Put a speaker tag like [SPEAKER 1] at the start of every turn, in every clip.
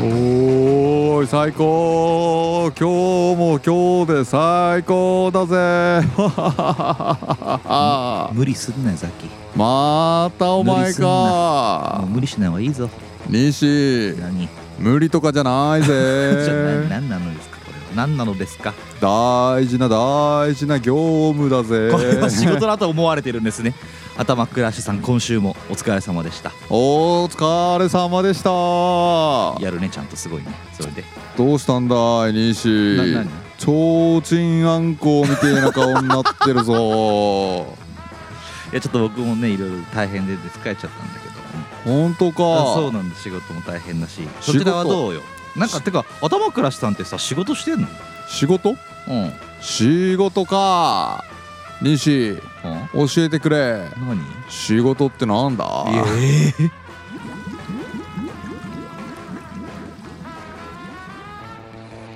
[SPEAKER 1] おーい最高今日も今日で最高だぜ
[SPEAKER 2] 無理すんなよザッキ
[SPEAKER 1] またお前
[SPEAKER 2] ー
[SPEAKER 1] か
[SPEAKER 2] もう無理しない方がいいぞ
[SPEAKER 1] 西
[SPEAKER 2] 何
[SPEAKER 1] 無理とかじゃない
[SPEAKER 2] じゃあな
[SPEAKER 1] ぜ
[SPEAKER 2] 何なのですかこれは何なのですか
[SPEAKER 1] 大事な大事な業務だ
[SPEAKER 2] これは
[SPEAKER 1] ぜ
[SPEAKER 2] 仕事だと思われてるんですね 頭クラッシュさん今週もお疲れ様でした
[SPEAKER 1] お疲れ様でした
[SPEAKER 2] やるねちゃんとすごいねそれで
[SPEAKER 1] どうしたんだい西
[SPEAKER 2] な何
[SPEAKER 1] ちょうちんあんこみてえな顔になってるぞ
[SPEAKER 2] いやちょっと僕もねいろいろ大変で疲れちゃったんだけど
[SPEAKER 1] 本当か
[SPEAKER 2] あそうなんだ仕事も大変だしそちらはどうよなんかてか頭クラッシュさんってさ仕事してんの
[SPEAKER 1] 仕事
[SPEAKER 2] うん、うん、
[SPEAKER 1] 仕事か西教えてくれ
[SPEAKER 2] 何
[SPEAKER 1] 仕事ってなんだ
[SPEAKER 2] ええ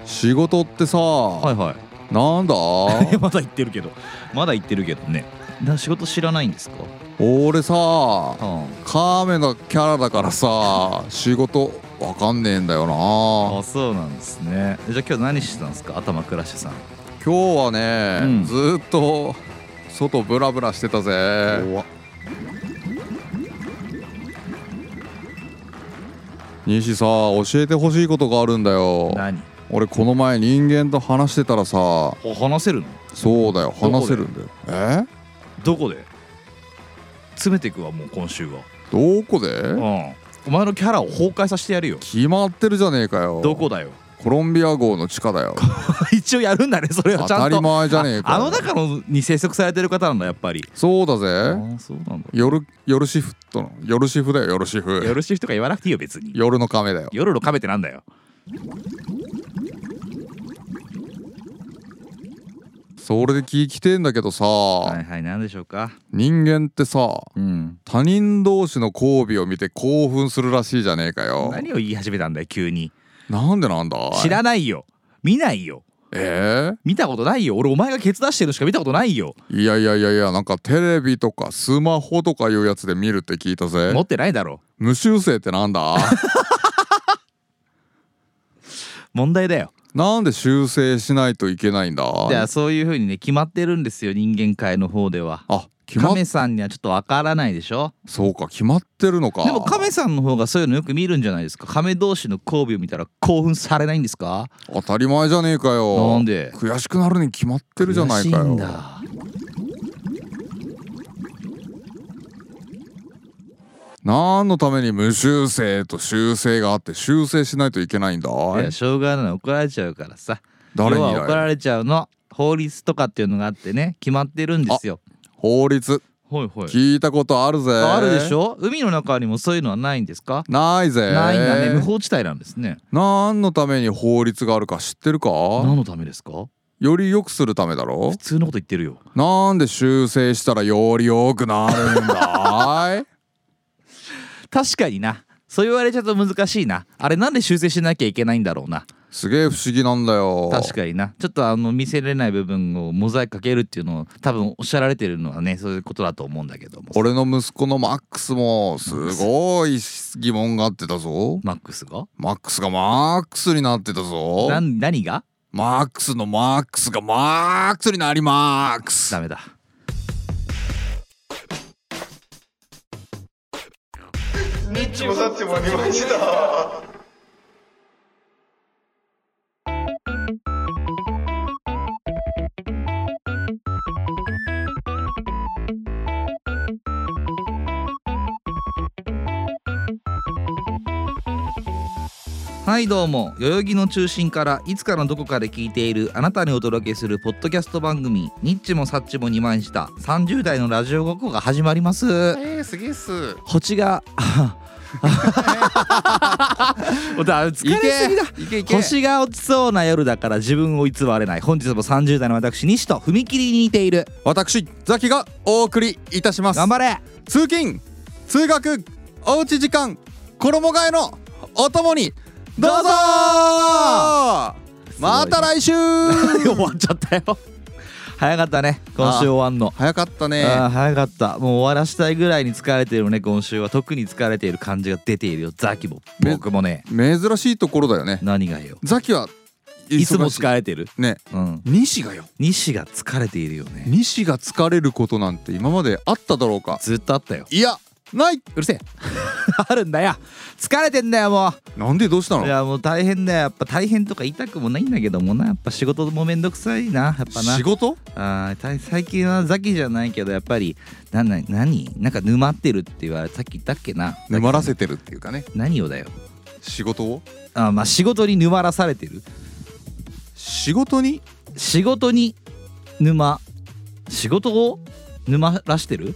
[SPEAKER 1] 仕事ってさ、
[SPEAKER 2] はいはい
[SPEAKER 1] なんだ
[SPEAKER 2] い やまだ言ってるけどまだ言ってるけどねな仕事知らないんですか
[SPEAKER 1] 俺さ
[SPEAKER 2] あ
[SPEAKER 1] カメのキャラだからさ仕事わかんねえんだよな
[SPEAKER 2] あそうなんですねじゃあ今日何してたんですか頭クラッシュさん
[SPEAKER 1] 今日はね、
[SPEAKER 2] うん
[SPEAKER 1] ずーっと外ブラブラしてたぜ
[SPEAKER 2] 怖っ
[SPEAKER 1] 西さ教えてほしいことがあるんだよ
[SPEAKER 2] 何
[SPEAKER 1] 俺この前人間と話してたらさ
[SPEAKER 2] お話せるの
[SPEAKER 1] そうだよ
[SPEAKER 2] どこで
[SPEAKER 1] 話せるんだよえ
[SPEAKER 2] どこで詰めていくわもう今週は
[SPEAKER 1] どこで
[SPEAKER 2] うんお前のキャラを崩壊させてやるよ
[SPEAKER 1] 決まってるじゃねえかよ
[SPEAKER 2] どこだよ
[SPEAKER 1] コロンビア号の地下だよ
[SPEAKER 2] 一応やるんだねそれは
[SPEAKER 1] 当
[SPEAKER 2] ちゃ
[SPEAKER 1] た
[SPEAKER 2] んと
[SPEAKER 1] り前じゃねえか
[SPEAKER 2] あ
[SPEAKER 1] よ
[SPEAKER 2] あの中のに生息されてる方なんだやっぱり
[SPEAKER 1] そうだ
[SPEAKER 2] あ
[SPEAKER 1] ぜ
[SPEAKER 2] そうなんだ
[SPEAKER 1] 夜夜シフトの夜シフだよ夜シフ
[SPEAKER 2] 夜シフとか言わなくていいよ別に
[SPEAKER 1] 夜の亀だよ
[SPEAKER 2] 夜の亀ってなんだよ
[SPEAKER 1] それで聞きてえんだけどさ、
[SPEAKER 2] はいはい何でしょうか
[SPEAKER 1] 人間ってさ
[SPEAKER 2] うん
[SPEAKER 1] 他人同士の交尾を見て興奮するらしいじゃねえかよ
[SPEAKER 2] 何を言い始めたんだよ急に
[SPEAKER 1] なんでなんだおい
[SPEAKER 2] 知らないよ見ないよ
[SPEAKER 1] え
[SPEAKER 2] 見たことないよ俺お前がケツ出してるのしか見たことないよ
[SPEAKER 1] ーいやいやいやいやなんかテレビとかスマホとかいうやつで見るって聞いたぜ
[SPEAKER 2] 持ってないだろ
[SPEAKER 1] 無修正ってなん だ
[SPEAKER 2] 問題だよ
[SPEAKER 1] なんで修正しないといけないんだ
[SPEAKER 2] じゃあそういうふうにね決まってるんですよ人間界の方では
[SPEAKER 1] あ決まっ
[SPEAKER 2] 亀さんにはちょっとわからないでしょ
[SPEAKER 1] そうか決まってるのか
[SPEAKER 2] でも亀さんの方がそういうのよく見るんじゃないですか亀同士の交尾を見たら興奮されないんですか
[SPEAKER 1] 当たり前じゃねえかよ
[SPEAKER 2] なんで
[SPEAKER 1] 悔しくなるに決まってるじゃないか
[SPEAKER 2] 悔しいん
[SPEAKER 1] よ
[SPEAKER 2] だ
[SPEAKER 1] 何のために無修正と修正があって修正しないといけないんだ
[SPEAKER 2] いやしょうがない怒られちゃうからさ
[SPEAKER 1] 誰に
[SPEAKER 2] 要は怒ら
[SPEAKER 1] だよ
[SPEAKER 2] れちゃうの法律とかっていうのがあってね決まってるんですよ
[SPEAKER 1] 法律
[SPEAKER 2] ほいほい
[SPEAKER 1] 聞いたことあるぜ
[SPEAKER 2] あるでしょ海の中にもそういうのはないんですか
[SPEAKER 1] ないぜ
[SPEAKER 2] ないんだね無法地帯なんですね
[SPEAKER 1] 何のために法律があるか知ってるか
[SPEAKER 2] 何のためですか
[SPEAKER 1] より良くするためだろ
[SPEAKER 2] 普通のこと言ってるよ
[SPEAKER 1] なんで修正したらより良くなるん だい
[SPEAKER 2] 確かになそう言われちゃうと難しいなあれなんで修正しなきゃいけないんだろうな
[SPEAKER 1] すげえ不思議なんだよ
[SPEAKER 2] 確かになちょっとあの見せれない部分をモザイクかけるっていうのを多分おっしゃられてるのはねそういうことだと思うんだけども
[SPEAKER 1] 俺の息子のマックスもすごい疑問があってたぞ
[SPEAKER 2] マックスが
[SPEAKER 1] マックスがマックスになってたぞ
[SPEAKER 2] なん何が
[SPEAKER 1] マックスのマックスがマックスになりマックス
[SPEAKER 2] ダメだ
[SPEAKER 3] チもサッチもありました。
[SPEAKER 2] はいどうも代々木の中心からいつかのどこかで聞いているあなたにお届けするポッドキャスト番組「ニッチもサッチも2枚した30代のラジオごっこ」が始まります
[SPEAKER 1] えー、すげえっす
[SPEAKER 2] ホチがもうだ疲
[SPEAKER 1] い
[SPEAKER 2] れすぎだ
[SPEAKER 1] けいけいけ
[SPEAKER 2] 腰が落ちそうな夜だから自分を偽れない本日も30代の私西と踏切に似ている
[SPEAKER 1] 私ザキがお送りいたします
[SPEAKER 2] 頑張 れ
[SPEAKER 1] 通勤通学おうち時間衣替えのお供にどうぞ
[SPEAKER 2] どう
[SPEAKER 1] また来週
[SPEAKER 2] 終わっちゃったよ早かったね今週終わんの
[SPEAKER 1] 早かったね
[SPEAKER 2] あー早かったもう終わらしたいぐらいに疲れてるね今週は特に疲れている感じが出ているよザキも
[SPEAKER 1] め
[SPEAKER 2] 僕もね
[SPEAKER 1] 珍しいところだよね
[SPEAKER 2] 何がよ
[SPEAKER 1] ザキはい
[SPEAKER 2] つも
[SPEAKER 1] 忙し
[SPEAKER 2] 疲れてる
[SPEAKER 1] いね
[SPEAKER 2] うん
[SPEAKER 1] 西がよ
[SPEAKER 2] 西が疲れているよね
[SPEAKER 1] 西が疲れることなんて今まであっただろうか
[SPEAKER 2] ずっとあったよ
[SPEAKER 1] いやないう
[SPEAKER 2] るせえ あるんだよ疲れてんだよも
[SPEAKER 1] なんでどうした
[SPEAKER 2] うい
[SPEAKER 1] の
[SPEAKER 2] やもう大変だよやっぱ大変とか言いたくもないんだけどもなやっぱ仕事もめんどくさいなやっぱな
[SPEAKER 1] 仕事
[SPEAKER 2] あーた最近はザキじゃないけどやっぱりなな何なんか沼ってるって言われさっき言ったっけな
[SPEAKER 1] 沼らせてるっていうかね
[SPEAKER 2] 何をだよ
[SPEAKER 1] 仕事を
[SPEAKER 2] あーまあ仕事に沼らされてる
[SPEAKER 1] 仕事に
[SPEAKER 2] 仕事に沼仕事を沼らしてる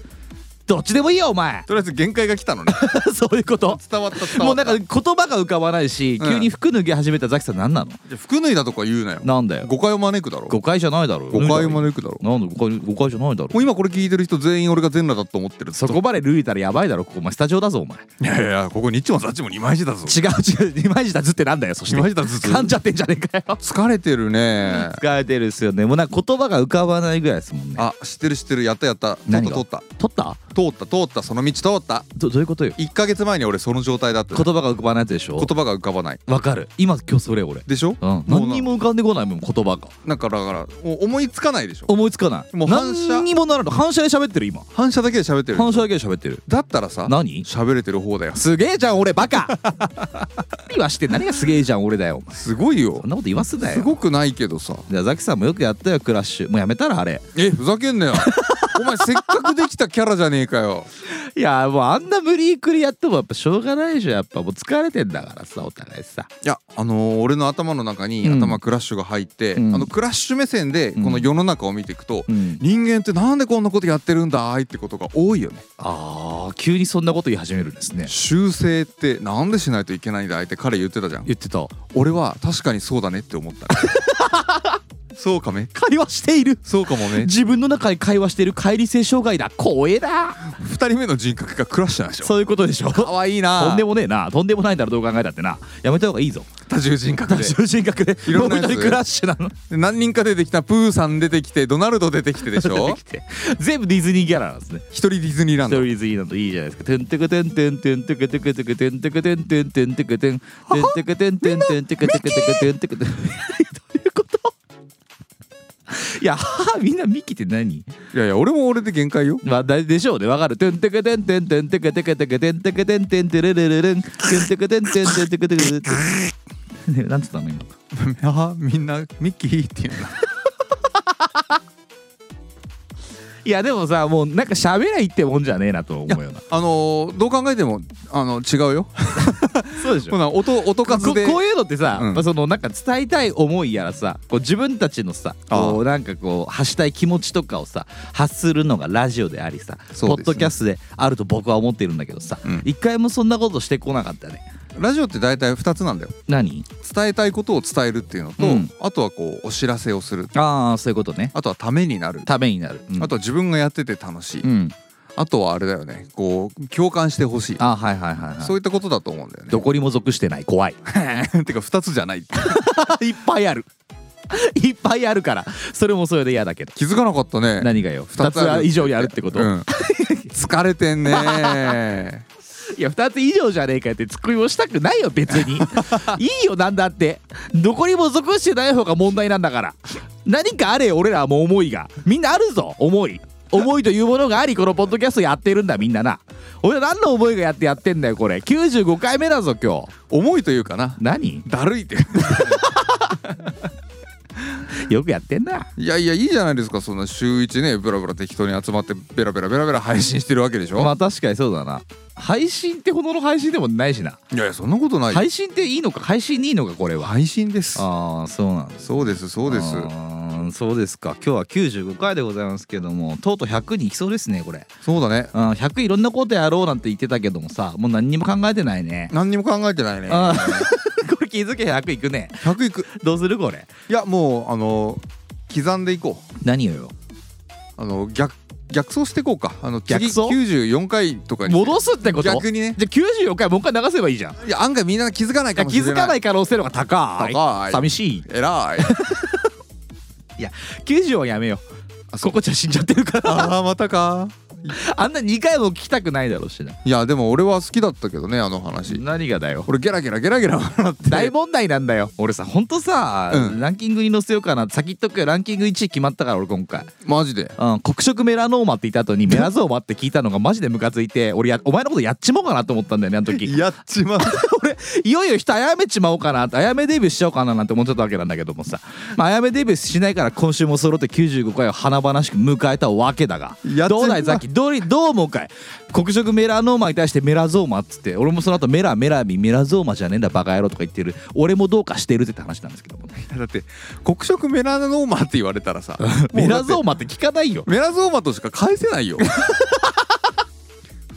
[SPEAKER 2] どっちでもいいよお前
[SPEAKER 1] とりあえず限界が来たのね
[SPEAKER 2] そういうこと
[SPEAKER 1] 伝わった伝わった
[SPEAKER 2] もうなんか言葉が浮かばないし、
[SPEAKER 1] うん
[SPEAKER 2] 急に服脱ぎ始めたザキさん何なの
[SPEAKER 1] じゃあ服脱いだとか言うなよ
[SPEAKER 2] なんだよ
[SPEAKER 1] 誤解を招くだろ
[SPEAKER 2] 誤解じゃないだろ
[SPEAKER 1] 誤解を
[SPEAKER 2] も
[SPEAKER 1] 招くだろ
[SPEAKER 2] なんだ誤解誤解じゃないだろ
[SPEAKER 1] もう今これ聞いてる人全員俺が全裸だと思ってる
[SPEAKER 2] そこまでルいたらやばいだろここお前スタジオだぞお前
[SPEAKER 1] いやいやここニッチもサッチも二枚舌だぞ
[SPEAKER 2] 違う違う二枚舌ずってなんだよそして
[SPEAKER 1] 二枚舌ずつ
[SPEAKER 2] 噛んじゃってんじゃねえかよ
[SPEAKER 1] 疲れてるね
[SPEAKER 2] 疲れてるっすよねもうなんか言葉が浮かばないぐらいですもんね
[SPEAKER 1] あ知ってる知ってるやったやった通っ
[SPEAKER 2] 何
[SPEAKER 1] た
[SPEAKER 2] が
[SPEAKER 1] 通った
[SPEAKER 2] 取った
[SPEAKER 1] 通った通ったその道通った
[SPEAKER 2] どどういうことよ
[SPEAKER 1] 1ヶ月前に俺その状態だった
[SPEAKER 2] 言
[SPEAKER 1] 言
[SPEAKER 2] 葉が浮かばないやつでしょ
[SPEAKER 1] 葉が浮かばない
[SPEAKER 2] わかる今今日それ俺
[SPEAKER 1] でしょ、
[SPEAKER 2] うん、
[SPEAKER 1] もうな
[SPEAKER 2] 何にも浮かんでこないもん言葉が
[SPEAKER 1] なんかだからもう思いつかないでしょ
[SPEAKER 2] 思いつかない
[SPEAKER 1] もう反射
[SPEAKER 2] 何にもならない反射で喋ってる今
[SPEAKER 1] 反射だけで喋ってる
[SPEAKER 2] 反射だけで喋ってる
[SPEAKER 1] だったらさ
[SPEAKER 2] 何
[SPEAKER 1] 喋れてる方だよ
[SPEAKER 2] すげえじゃん俺バカ何はして何がすげえじゃん俺だよお前
[SPEAKER 1] すごいよ
[SPEAKER 2] そんなこと言わすなよ
[SPEAKER 1] すごくないけどさ
[SPEAKER 2] じゃあザキさんもよくやったよクラッシュもうやめたらあれ
[SPEAKER 1] えふざけんなよお前せっかくできたキャラじゃねえかよ
[SPEAKER 2] いやもうあんな無理くりやってもやっぱしょうがないでしょやっぱもう疲れてんだからさお互いさ
[SPEAKER 1] いやあのー俺の頭の中に
[SPEAKER 2] うん
[SPEAKER 1] 頭クラッシュが入って、
[SPEAKER 2] うん
[SPEAKER 1] あのクラッシュ目線でこの世の中を見ていくと、
[SPEAKER 2] うん
[SPEAKER 1] 人間ってなんでこんなことやってるんだいってことが多いよね
[SPEAKER 2] あー急にそんなこと言い始めるんですね
[SPEAKER 1] 修正ってなんでしないといけないんだいって彼言ってたじゃん
[SPEAKER 2] 言ってた
[SPEAKER 1] 俺は確かにそうだねって思 ったそうかめ
[SPEAKER 2] 会話している
[SPEAKER 1] そうかもね
[SPEAKER 2] 自分の中に会話している乖離性障害だ光栄だ
[SPEAKER 1] 2人目の人格がクラッシュなんでしょ
[SPEAKER 2] そういうことでしょ
[SPEAKER 1] かわいいな
[SPEAKER 2] とんでもねえなとんでもないだろどう考えたってなやめた方がいいぞ
[SPEAKER 1] 多重人格で
[SPEAKER 2] 重人格で
[SPEAKER 1] いろんなやつ
[SPEAKER 2] もう一人クラッシュなの
[SPEAKER 1] で何人か出てきたプーさん出てきてドナルド 出てきてでし
[SPEAKER 2] 出
[SPEAKER 1] ょ
[SPEAKER 2] てきて全部ディズニーキャラなんですね
[SPEAKER 1] 一人ディズニーラ
[SPEAKER 2] ス
[SPEAKER 1] ン
[SPEAKER 2] ト
[SPEAKER 1] ド
[SPEAKER 2] ーリーズいいなといいじゃないですか。てんてくてんてんてんてくてくてくてんてくてんてんてんてくてんてんてくてんてんてんてくてくてくてんてくてん。どういうこといや、はあみんなミキって何
[SPEAKER 1] いやいや俺も俺で限界よ
[SPEAKER 2] まあ、だでしょうね、わかる。てんてくてんてんてんてくてくてくてんてくてんてんてれれれれん。てんてくてんてんてんてくてくてんてん。ね、なんつったの今。
[SPEAKER 1] あみんなミッキーって言うんだ
[SPEAKER 2] いや、でもさ、もうなんか喋りゃいいってもんじゃねえなと思うよな。
[SPEAKER 1] あのーどう考えてもあの違う よ
[SPEAKER 2] そうでしょ
[SPEAKER 1] ほ。な音音
[SPEAKER 2] こ
[SPEAKER 1] 数で
[SPEAKER 2] こういうのってさ、
[SPEAKER 1] うん
[SPEAKER 2] やっぱそのなんか伝えたい思いやらさこう自分たちのさ
[SPEAKER 1] ああ
[SPEAKER 2] こうなんかこう発したい気持ちとかをさ発するのがラジオでありさ、
[SPEAKER 1] そうですね
[SPEAKER 2] ポッドキャストであると僕は思ってるんだけどさ、
[SPEAKER 1] うん
[SPEAKER 2] 一回もそんなことしてこなかったね
[SPEAKER 1] ラジオって大体2つなんだよ
[SPEAKER 2] 何
[SPEAKER 1] 伝えたいことを伝えるっていうのと、
[SPEAKER 2] うん
[SPEAKER 1] あとはこうお知らせをする
[SPEAKER 2] ああそういうことね
[SPEAKER 1] あとはためになる、
[SPEAKER 2] ためになる、うん
[SPEAKER 1] あとは自分がやってて楽しい、
[SPEAKER 2] うん
[SPEAKER 1] あとはあれだよねこう共感してほしい
[SPEAKER 2] ああはいはいはい、はい、
[SPEAKER 1] そういったことだと思うんだよね
[SPEAKER 2] どこにも属してない怖い
[SPEAKER 1] てか2つじ ゃないって
[SPEAKER 2] いっぱいある いっぱいあるからそれもそれで嫌だけど
[SPEAKER 1] 気づかなかったね
[SPEAKER 2] 何がよ
[SPEAKER 1] 二
[SPEAKER 2] 2
[SPEAKER 1] つある
[SPEAKER 2] つ以上やるってこと、
[SPEAKER 1] うん、疲れてんね
[SPEAKER 2] いや2つ以上じゃねえかよってツッコミもしたくないよ別 にいいよなんだってどこにも属してない方が問題なんだから何かあれよ俺らはもう思いがみんなあるぞ思い思いというものがありこのポッドキャストやってるんだみんなな俺ら何の思いがやってやってんだよこれ95回目だぞ今日
[SPEAKER 1] 重いというかな
[SPEAKER 2] 何
[SPEAKER 1] だるいって
[SPEAKER 2] よくやってんない
[SPEAKER 1] やいやいいじゃないですかそんな週一ねブラブラ適当に集まってベラベラベラベラ配信してるわけでしょ、
[SPEAKER 2] まあ確かにそうだな配信ってほどの配信でもないしない
[SPEAKER 1] やいやそんなことない、
[SPEAKER 2] 配信っていいのか配信にいいのかこれは
[SPEAKER 1] 配信です
[SPEAKER 2] ああそうなんだ
[SPEAKER 1] そうですそうです
[SPEAKER 2] あーそうですか今日は95回でございますけどもとうとう100にいきそうですねこれ
[SPEAKER 1] そうだね
[SPEAKER 2] うん100いろんなことやろうなんて言ってたけどもさもう何にも考えてないね
[SPEAKER 1] 何にも考えてないね
[SPEAKER 2] あ ーこれ気づけば100いくね
[SPEAKER 1] 100いく
[SPEAKER 2] どうするこれ
[SPEAKER 1] いやもうあの刻んでいこう
[SPEAKER 2] 何をよ
[SPEAKER 1] あの逆逆走していこうかあの次
[SPEAKER 2] 逆走
[SPEAKER 1] 94回とかに
[SPEAKER 2] 戻すってこと
[SPEAKER 1] 逆にね
[SPEAKER 2] じゃあ94回もう一回流せばいいじゃんい
[SPEAKER 1] いや案外みんな気づかないか
[SPEAKER 2] や
[SPEAKER 1] もし
[SPEAKER 2] 気
[SPEAKER 1] れない
[SPEAKER 2] づかない可能性の方が高い
[SPEAKER 1] 高い
[SPEAKER 2] 寂しい
[SPEAKER 1] 偉い
[SPEAKER 2] いや90はやめようここちゃん死んじゃってるから
[SPEAKER 1] ああまたか
[SPEAKER 2] あんな2回も聞きたくないだろうしない
[SPEAKER 1] やでも俺は好きだったけどねあの話
[SPEAKER 2] 何がだよ
[SPEAKER 1] 俺ゲラゲラゲラゲラ笑って
[SPEAKER 2] 大問題なんだよ俺さほんとさ、
[SPEAKER 1] うん
[SPEAKER 2] ランキングに載せようかなって先言っとくよランキング1位決まったから俺今回、
[SPEAKER 1] マジで
[SPEAKER 2] うん、黒色メラノーマって言った後にメラゾーマって聞いたのがマジでムカついて俺やお前のことやっちまおうかなと思ったんだよねあ の時
[SPEAKER 1] やっちまう
[SPEAKER 2] いよいよ人あやめちまおうかなあやめデビューしちゃおうかななんて思っちゃったわけなんだけどもさ、まああやめデビューしないから今週も揃って95回を華々しく迎えたわけだが
[SPEAKER 1] やっちま
[SPEAKER 2] どうだいさっきどうりどう思うかい黒色メラノーマに対してメラゾーマっつって俺もその後メラメラミメラゾーマじゃねえんだバカ野郎とか言ってる俺もどうかしてるぜって話なんですけどもね
[SPEAKER 1] だって黒色メラノーマって言われたらさ
[SPEAKER 2] メラゾー
[SPEAKER 1] マ
[SPEAKER 2] マって聞かないよ
[SPEAKER 1] メラゾーマとしか返せないよ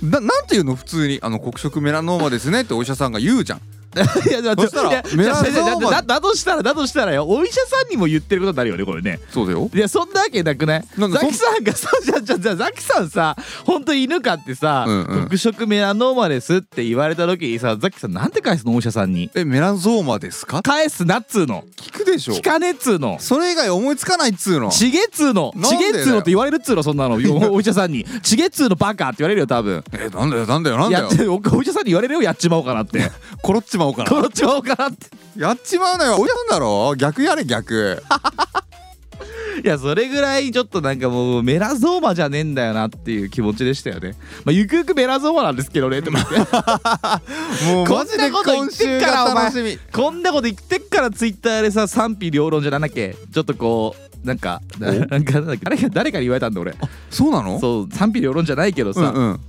[SPEAKER 1] ななんていうの普通にあの黒色メラノーマですねってお医者さんが言うじゃん
[SPEAKER 2] いやだって
[SPEAKER 1] そしたら
[SPEAKER 2] いや
[SPEAKER 1] メラゾーマ
[SPEAKER 2] じゃあじゃあだだとしたらだとしたらよお医者さんにも言ってることになるよねこれね
[SPEAKER 1] そうだよ
[SPEAKER 2] いやそんなわけなくない
[SPEAKER 1] なんで
[SPEAKER 2] ザ
[SPEAKER 1] そん
[SPEAKER 2] キさんがさ じゃあじゃあじゃあザキさんさ本当犬飼ってさ
[SPEAKER 1] うんうん
[SPEAKER 2] 「黒色メラノーマです」って言われた時にさザキさんなんて返すのお医者さんに
[SPEAKER 1] えメラゾーマですか
[SPEAKER 2] 返すなっつうの
[SPEAKER 1] 聞くでしょ
[SPEAKER 2] 聞かねっつうの
[SPEAKER 1] それ以外思いつかないっつうの
[SPEAKER 2] ちげっつうの
[SPEAKER 1] なん
[SPEAKER 2] ち
[SPEAKER 1] でだ
[SPEAKER 2] げ
[SPEAKER 1] よ
[SPEAKER 2] っつうのって言われるっつうのそんなのお医者さんにちげっつうのバカって言われるよ多分
[SPEAKER 1] えなんだよなんだよなんだ
[SPEAKER 2] や
[SPEAKER 1] よ
[SPEAKER 2] っておお医者さんに言われるよやっちまおうかなって
[SPEAKER 1] ころっちまおうか
[SPEAKER 2] こ
[SPEAKER 1] な
[SPEAKER 2] のちまおうかなって
[SPEAKER 1] やっちまうなよお医者さんだろ逆やれ 逆
[SPEAKER 2] いやそれぐらいちょっとなんかもうメラゾーマじゃねえんだよなっていう気持ちでしたよねまあゆくゆくメラゾーマなんですけどねと 思って
[SPEAKER 1] もう
[SPEAKER 2] こ
[SPEAKER 1] マ
[SPEAKER 2] ん
[SPEAKER 1] ジ
[SPEAKER 2] な
[SPEAKER 1] で
[SPEAKER 2] こと言
[SPEAKER 1] 今
[SPEAKER 2] って
[SPEAKER 1] 週
[SPEAKER 2] っから
[SPEAKER 1] が
[SPEAKER 2] お前
[SPEAKER 1] 楽しみ
[SPEAKER 2] こんなこと言ってっからツイッターでさ賛否両論じゃなんだっけちょっとこうなんかななんかなんだっけ誰か誰かに言われたんだ俺
[SPEAKER 1] そうなの
[SPEAKER 2] そう賛否両論じゃないけど
[SPEAKER 1] うん
[SPEAKER 2] さ、
[SPEAKER 1] うん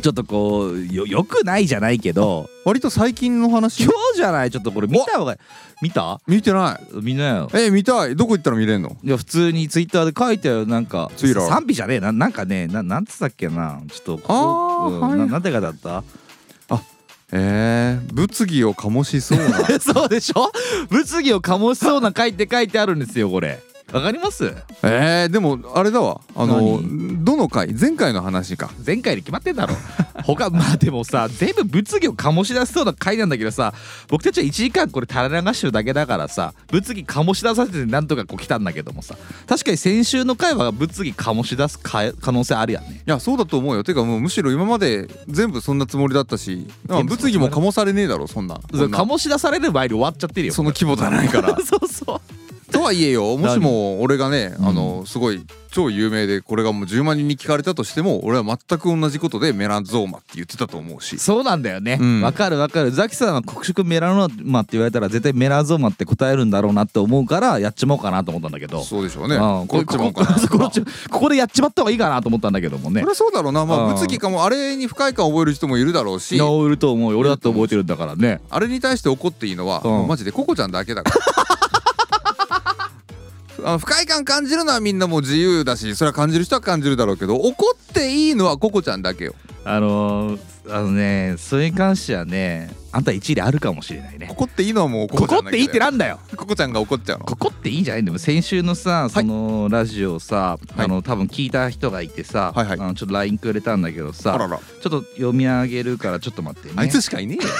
[SPEAKER 2] ちょっとこうよよくないじゃないけど
[SPEAKER 1] 割と最近の話
[SPEAKER 2] 今日じゃないちょっとこれ見た方が見た
[SPEAKER 1] 見てない
[SPEAKER 2] みんなよ
[SPEAKER 1] え見たいどこ行ったら見れんの
[SPEAKER 2] いや普通にツイッターで書いてあるなんか
[SPEAKER 1] ツイラー
[SPEAKER 2] 賛否じゃねえななんかねななんつったっけなちょっとここ
[SPEAKER 1] あー
[SPEAKER 2] うん
[SPEAKER 1] はい
[SPEAKER 2] ななんて方だった
[SPEAKER 1] えー、物議を醸しそうな
[SPEAKER 2] そうでしょ物議を醸しそうな書いて書いてあるんですよこれわかります
[SPEAKER 1] えー、でもあれだわあのどの回前回の話か
[SPEAKER 2] 前回で決まって んだろ他まあでもさ全部物議を醸し出しそうな回なんだけどさ僕たちは1時間これ垂れ流してるだけだからさ物議醸し出させてなんとかこう来たんだけどもさ確かに先週の回は物議醸し出すか可能性あるやんね
[SPEAKER 1] いやそうだと思うよてかもうむしろ今まで全部そんなつもりだったしまあ物議も醸されねえだろそんな
[SPEAKER 2] そ
[SPEAKER 1] そ
[SPEAKER 2] うん
[SPEAKER 1] な
[SPEAKER 2] 醸し出される前に終わっちゃってるよ
[SPEAKER 1] その規模じゃないから
[SPEAKER 2] そうそう
[SPEAKER 1] とはいえよもしも俺がね
[SPEAKER 2] 何
[SPEAKER 1] あのすごい超有名でこれがもう10万人に聞かれたとしても俺は全く同じことでメラゾーマって言ってたと思うし
[SPEAKER 2] そうなんだよね
[SPEAKER 1] うん
[SPEAKER 2] わ、かるわかるザキさんは黒色メラノーマって言われたら絶対メラゾーマって答えるんだろうなって思うからやっちまおうかなと思ったんだけど
[SPEAKER 1] そうでしょうね
[SPEAKER 2] うん
[SPEAKER 1] こっちもかな
[SPEAKER 2] こっちここでやっちまった方がいいかなと思ったんだけどもね
[SPEAKER 1] そりゃそうだろうな、まあ、
[SPEAKER 2] うん
[SPEAKER 1] 物議かもあれに不快感を覚える人もいるだろう
[SPEAKER 2] い
[SPEAKER 1] し
[SPEAKER 2] や俺と思うよ俺だって覚えてるんだからね
[SPEAKER 1] あれに対して怒っていいのは、
[SPEAKER 2] うん
[SPEAKER 1] もうマジでココちゃんだけだから あの不快感感じるのはみんなもう自由だしそれは感じる人は感じるだろうけど怒っていいのはココちゃんだけよ
[SPEAKER 2] あのー、あのねそれに関してはねあんた一理あるかもしれないね
[SPEAKER 1] 怒っていいのはもうコ
[SPEAKER 2] こ
[SPEAKER 1] コちゃ
[SPEAKER 2] こ
[SPEAKER 1] ん
[SPEAKER 2] っ
[SPEAKER 1] だけ
[SPEAKER 2] ていいってなんだよ
[SPEAKER 1] ココちゃんが怒っちゃうの
[SPEAKER 2] ここっていいじゃないんだよ先週のさそのラジオさ、
[SPEAKER 1] はい
[SPEAKER 2] あの多分聞いた人がいてさ、
[SPEAKER 1] はいはい
[SPEAKER 2] あのちょっと LINE くれたんだけどさ
[SPEAKER 1] あらら
[SPEAKER 2] ちょっと読み上げるからちょっと待ってね
[SPEAKER 1] あいつしかいねえよ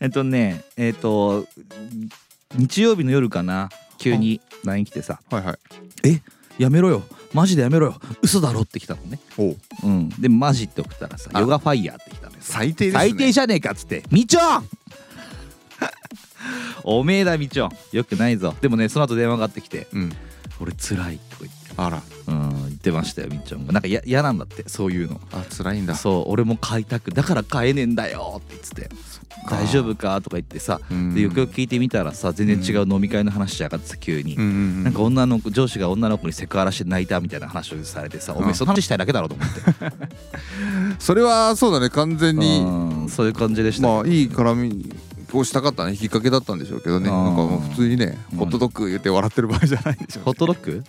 [SPEAKER 2] えっとねえっと日曜日の夜かな急に LINE 来てさ
[SPEAKER 1] はいはい
[SPEAKER 2] 「やめろよマジでやめろよ嘘だろ」って来たのね
[SPEAKER 1] おう
[SPEAKER 2] うんでマジって送ったらさ「
[SPEAKER 1] あ
[SPEAKER 2] ヨガファイヤー」って来たのよ
[SPEAKER 1] 最低ですね
[SPEAKER 2] 最低じゃねえかっつって「みちょん! 」 おめえだみちょんよくないぞでもねその後電話がかってきて
[SPEAKER 1] うん
[SPEAKER 2] 「俺つらい」とか言って
[SPEAKER 1] あら
[SPEAKER 2] うん言ってましたよみちょんがなんかや嫌なんだってそういうの
[SPEAKER 1] あ辛いんだ
[SPEAKER 2] そう俺も買いたくだから買えねえんだよって言ってて「
[SPEAKER 1] か
[SPEAKER 2] 大丈夫か?」とか言ってさ
[SPEAKER 1] うん
[SPEAKER 2] でよくよく聞いてみたらさ全然違う飲み会の話しやがってさ急に
[SPEAKER 1] うんう。ん
[SPEAKER 2] なんか女の子上司が女の子にセクハラして泣いたみたいな話をされてさ、おめえその話したいだけだろうと思って
[SPEAKER 1] うんそれはそうだ ね完全に
[SPEAKER 2] うんそういう感じでした、
[SPEAKER 1] まあいい絡みをしたかったね引きっ掛けだったんでしょうけどね
[SPEAKER 2] あー
[SPEAKER 1] なんかもう普通にね
[SPEAKER 2] うん
[SPEAKER 1] ホットドッグ言って笑ってる場合じゃないでしょう
[SPEAKER 2] ホットドッグ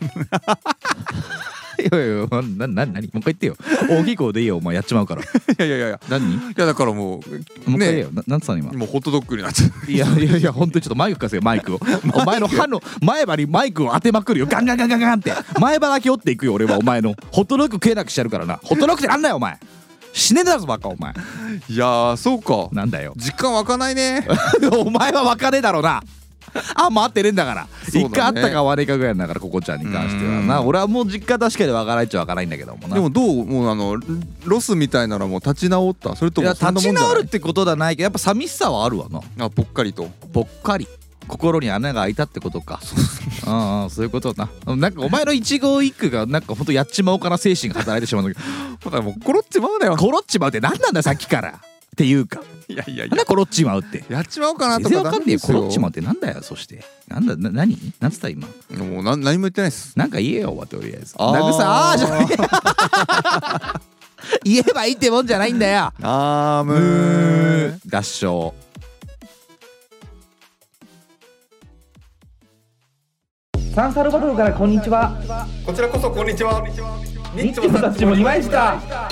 [SPEAKER 2] いやいやいやなな何もう一回言ってよ大きい声でいいよお前やっちまうから
[SPEAKER 1] いやいやいやいや
[SPEAKER 2] 何
[SPEAKER 1] いやだからもう
[SPEAKER 2] もう一回言え
[SPEAKER 1] ね
[SPEAKER 2] よ、ななんつったの今
[SPEAKER 1] もうホットドッグになっちゃう
[SPEAKER 2] いやいやいや本当にちょっとマイク貸せよマイ クをお前の歯の前歯にマイクを当てまくるよガンガンガンガンガンって前歯だけ折っていくよ俺はお前のホットドッグ食えなくしてやるからなホットドッグってなんだよお前死ねんだぞバカお前
[SPEAKER 1] いやーそうか
[SPEAKER 2] なんだよ
[SPEAKER 1] 実感湧かないね
[SPEAKER 2] お前は分かねえだろうなあんま会ってねえんだから
[SPEAKER 1] そうだね
[SPEAKER 2] 一回会ったか会わねえかぐらいなんだからここちゃんに関してはな
[SPEAKER 1] うん
[SPEAKER 2] 俺はもう実家確かにわからないっちゃわからないんだけどもな
[SPEAKER 1] でもどうもうあのロスみたいならもう立ち直ったそれと
[SPEAKER 2] い
[SPEAKER 1] も
[SPEAKER 2] や
[SPEAKER 1] そんなも
[SPEAKER 2] 立
[SPEAKER 1] んじゃ
[SPEAKER 2] ち
[SPEAKER 1] ない
[SPEAKER 2] 直るってことではないけどやっぱ寂しさはあるわな
[SPEAKER 1] あぽっかりと
[SPEAKER 2] ぽっかり心に穴が開いたってことかうんうんそういうことななんかお前の一号一句がなんかほんとやっちまおうかな精神が働いてしまうんだけど
[SPEAKER 1] まだもうコロっちまうなよ
[SPEAKER 2] コロっちまうって何なんだよさっきからっていうか
[SPEAKER 1] いやいやい
[SPEAKER 2] なん
[SPEAKER 1] や
[SPEAKER 2] だコロっちまうって
[SPEAKER 1] やっちまおうかな
[SPEAKER 2] 全
[SPEAKER 1] と
[SPEAKER 2] 然
[SPEAKER 1] か
[SPEAKER 2] わかんねえよコ
[SPEAKER 1] ダメ
[SPEAKER 2] ロ
[SPEAKER 1] で
[SPEAKER 2] っ
[SPEAKER 1] す
[SPEAKER 2] ち
[SPEAKER 1] よ
[SPEAKER 2] まうってなんだよそしてなんだな何なんつった今
[SPEAKER 1] もうな何も言ってないっす
[SPEAKER 2] なんか言えよはとりあえず
[SPEAKER 1] あー
[SPEAKER 2] 慰ああーじゃない 言えばいいってもんじゃないんだよ
[SPEAKER 1] あーむー
[SPEAKER 2] 合唱
[SPEAKER 4] サンサルバドルからこんにちは。
[SPEAKER 3] こちらこそこんにちは
[SPEAKER 4] ニッチもサッチもいました。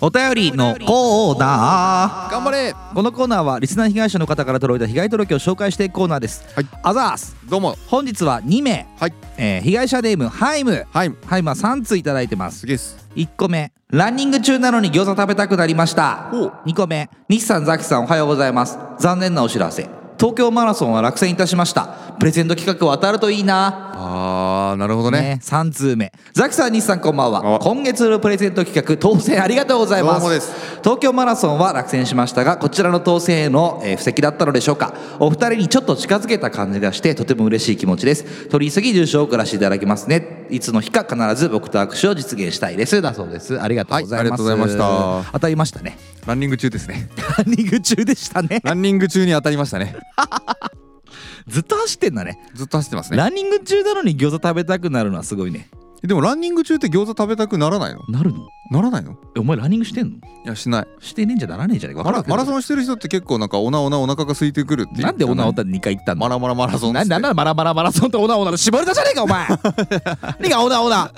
[SPEAKER 2] お便りのコーナー
[SPEAKER 1] 頑張れ
[SPEAKER 2] このコーナーはリスナー被害者の方から届いた被害届を紹介していくコーナーです、
[SPEAKER 1] はい
[SPEAKER 2] あざーす
[SPEAKER 1] どうも
[SPEAKER 2] 本日は2名、
[SPEAKER 1] はい
[SPEAKER 2] えー被害者ネームハイム
[SPEAKER 1] はい
[SPEAKER 2] ハイムは3通いただいてます
[SPEAKER 1] すげえっす
[SPEAKER 2] 1個目ランニング中なのに餃子食べたくなりました2個目西さんザキさんおはようございます残念なお知らせ東京マラソンは落選いたしましたプレゼント企画は当たるといいな
[SPEAKER 1] あーなるほどね
[SPEAKER 2] ね、3通目ザキさん西さんこんばんは
[SPEAKER 1] あ
[SPEAKER 2] 今月のプレゼント企画当選ありがとうございます
[SPEAKER 1] どうもです
[SPEAKER 2] 東京マラソンは落選しましたがこちらの当選への、えー布石だったのでしょうかお二人にちょっと近づけた感じがしてとても嬉しい気持ちです取り急ぎ住所を送らせていただきますねいつの日か必ず僕と握手を実現したいですだそうですありがとうございます、
[SPEAKER 1] はいありがとうございました
[SPEAKER 2] 当たりましたね
[SPEAKER 1] ランニング中ですね
[SPEAKER 2] ランニング中でしたね
[SPEAKER 1] ランニング中に当たりましたね
[SPEAKER 2] ずっと走ってんだね
[SPEAKER 1] ずっと走ってますね
[SPEAKER 2] ランニング中なのに餃子食べたくなるのはすごいね
[SPEAKER 1] でもランニング中って餃子食べたくならないの
[SPEAKER 2] なるの
[SPEAKER 1] ならないの
[SPEAKER 2] えお前ランニングしてんの
[SPEAKER 1] いやしない
[SPEAKER 2] してねえんじゃならねえじゃねえか
[SPEAKER 1] マラマラ
[SPEAKER 2] ン
[SPEAKER 1] ソンしてる人って結構なんかおなおなお腹が空いてくるっていう
[SPEAKER 2] なんでオナオ
[SPEAKER 1] じゃ
[SPEAKER 2] ナ2回行った
[SPEAKER 1] ない
[SPEAKER 2] の
[SPEAKER 1] マラマラマラソンっつ
[SPEAKER 2] な
[SPEAKER 1] って
[SPEAKER 2] なんならマラマラマラソンとオナオナで絞り出じゃねえかお 前何がオナオナ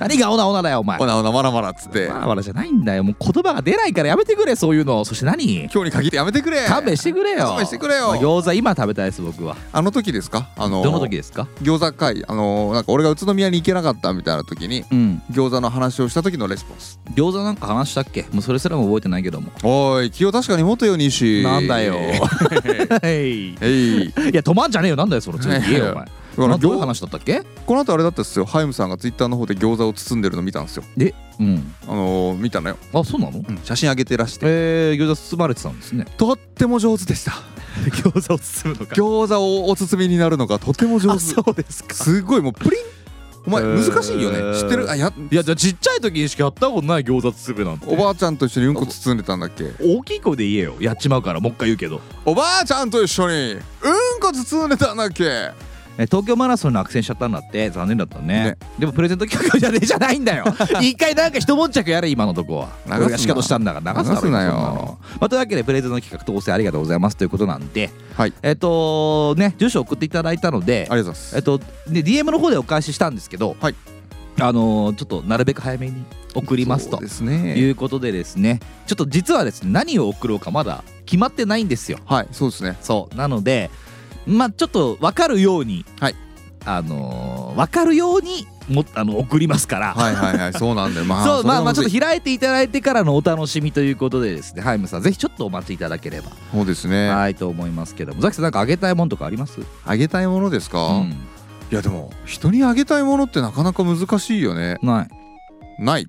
[SPEAKER 2] 何がオナオナだよお前
[SPEAKER 1] お
[SPEAKER 2] マ
[SPEAKER 1] なおなマラマラっつって
[SPEAKER 2] ラマラじゃないんだよもう言葉が出ないからやめてくれそういうのそして何
[SPEAKER 1] 今日に限ってやめてくれ
[SPEAKER 2] 勘弁してくれよ
[SPEAKER 1] 勘弁してくれよ
[SPEAKER 2] まあ餃子今食べたいです僕は
[SPEAKER 1] あの時ですかあの
[SPEAKER 2] どの時ですか
[SPEAKER 1] 餃子会あのなんか俺が宇都宮に行けなかったみたいな時に
[SPEAKER 2] うん
[SPEAKER 1] 餃子の話をした時のレスポンス
[SPEAKER 2] 餃子なんか話したっけもうそれすらも覚えてないけども
[SPEAKER 1] おい気を確かに持てよ西
[SPEAKER 2] なんだよ はい
[SPEAKER 1] え い
[SPEAKER 2] いや止まんじゃねえよなんだよその次言えよお前
[SPEAKER 1] だから
[SPEAKER 2] などういう
[SPEAKER 1] 餃
[SPEAKER 2] 話だったっけ
[SPEAKER 1] この後あれだったっすよハイムさんがツイッターの方で餃子を包んでるの見たんですよ
[SPEAKER 2] えうん
[SPEAKER 1] あのー見たのよ、
[SPEAKER 2] あそうなの
[SPEAKER 1] うん写真あげてらして
[SPEAKER 2] えー、餃子包まれてたんですね
[SPEAKER 1] とっても上手でした
[SPEAKER 2] 餃子を包むのか
[SPEAKER 1] 餃子をお包みになるのがとても上手
[SPEAKER 2] そうですか
[SPEAKER 1] すごいもうプリンお前
[SPEAKER 2] へー
[SPEAKER 1] 難しいよね知ってるあや
[SPEAKER 2] いやじゃあちっちゃい時にしかやったことない餃子包むなんて
[SPEAKER 1] おばあちゃんと一緒にうんこ包んでたんだっけ
[SPEAKER 2] 大きい声で言えよやっちまうからもう一回言うけど
[SPEAKER 1] おばあちゃんと一緒にうんこ包んでたんだっけ
[SPEAKER 2] 東京マラソンの落選しちゃったんだって残念だったね
[SPEAKER 1] ね
[SPEAKER 2] でもプレゼント企画じゃねえじゃないんだ よ一回なんか一悶着やれ今のとこは
[SPEAKER 1] 流すな
[SPEAKER 2] 俺が仕方したんだから流すだろ
[SPEAKER 1] 流すなよ
[SPEAKER 2] そんのまあというわけでプレゼント企画当選ありがとうございますということなんで
[SPEAKER 1] はい
[SPEAKER 2] えっ、とね住所送っていただいたので
[SPEAKER 1] ありがとうございます
[SPEAKER 2] えっと、ね、DM の方でお返ししたんですけど、
[SPEAKER 1] はい
[SPEAKER 2] あのーちょっとなるべく早めに送りま
[SPEAKER 1] そ
[SPEAKER 2] すと
[SPEAKER 1] うです
[SPEAKER 2] い
[SPEAKER 1] ね
[SPEAKER 2] うことでですねちょっと実はですね何を送ろうかまだ決まってないんですよ
[SPEAKER 1] はいそうですね
[SPEAKER 2] そうなのでまあちょっと分かるように、
[SPEAKER 1] はい
[SPEAKER 2] あのー分かるようにもあの送りますから、
[SPEAKER 1] はいはいはいそうなんだよまあ
[SPEAKER 2] そうまあまあちょっ
[SPEAKER 1] と
[SPEAKER 2] と開いていただいてからのお楽しみということでですねハイムさんぜひちょっとお待ちいただければ、
[SPEAKER 1] そうですね
[SPEAKER 2] はいと思いますけどもザキさんなんかあげたいもんとかあります
[SPEAKER 1] あげたいものですか、
[SPEAKER 2] うん
[SPEAKER 1] いやでも人にあげたいものってなかなか難しいよね
[SPEAKER 2] ない
[SPEAKER 1] ない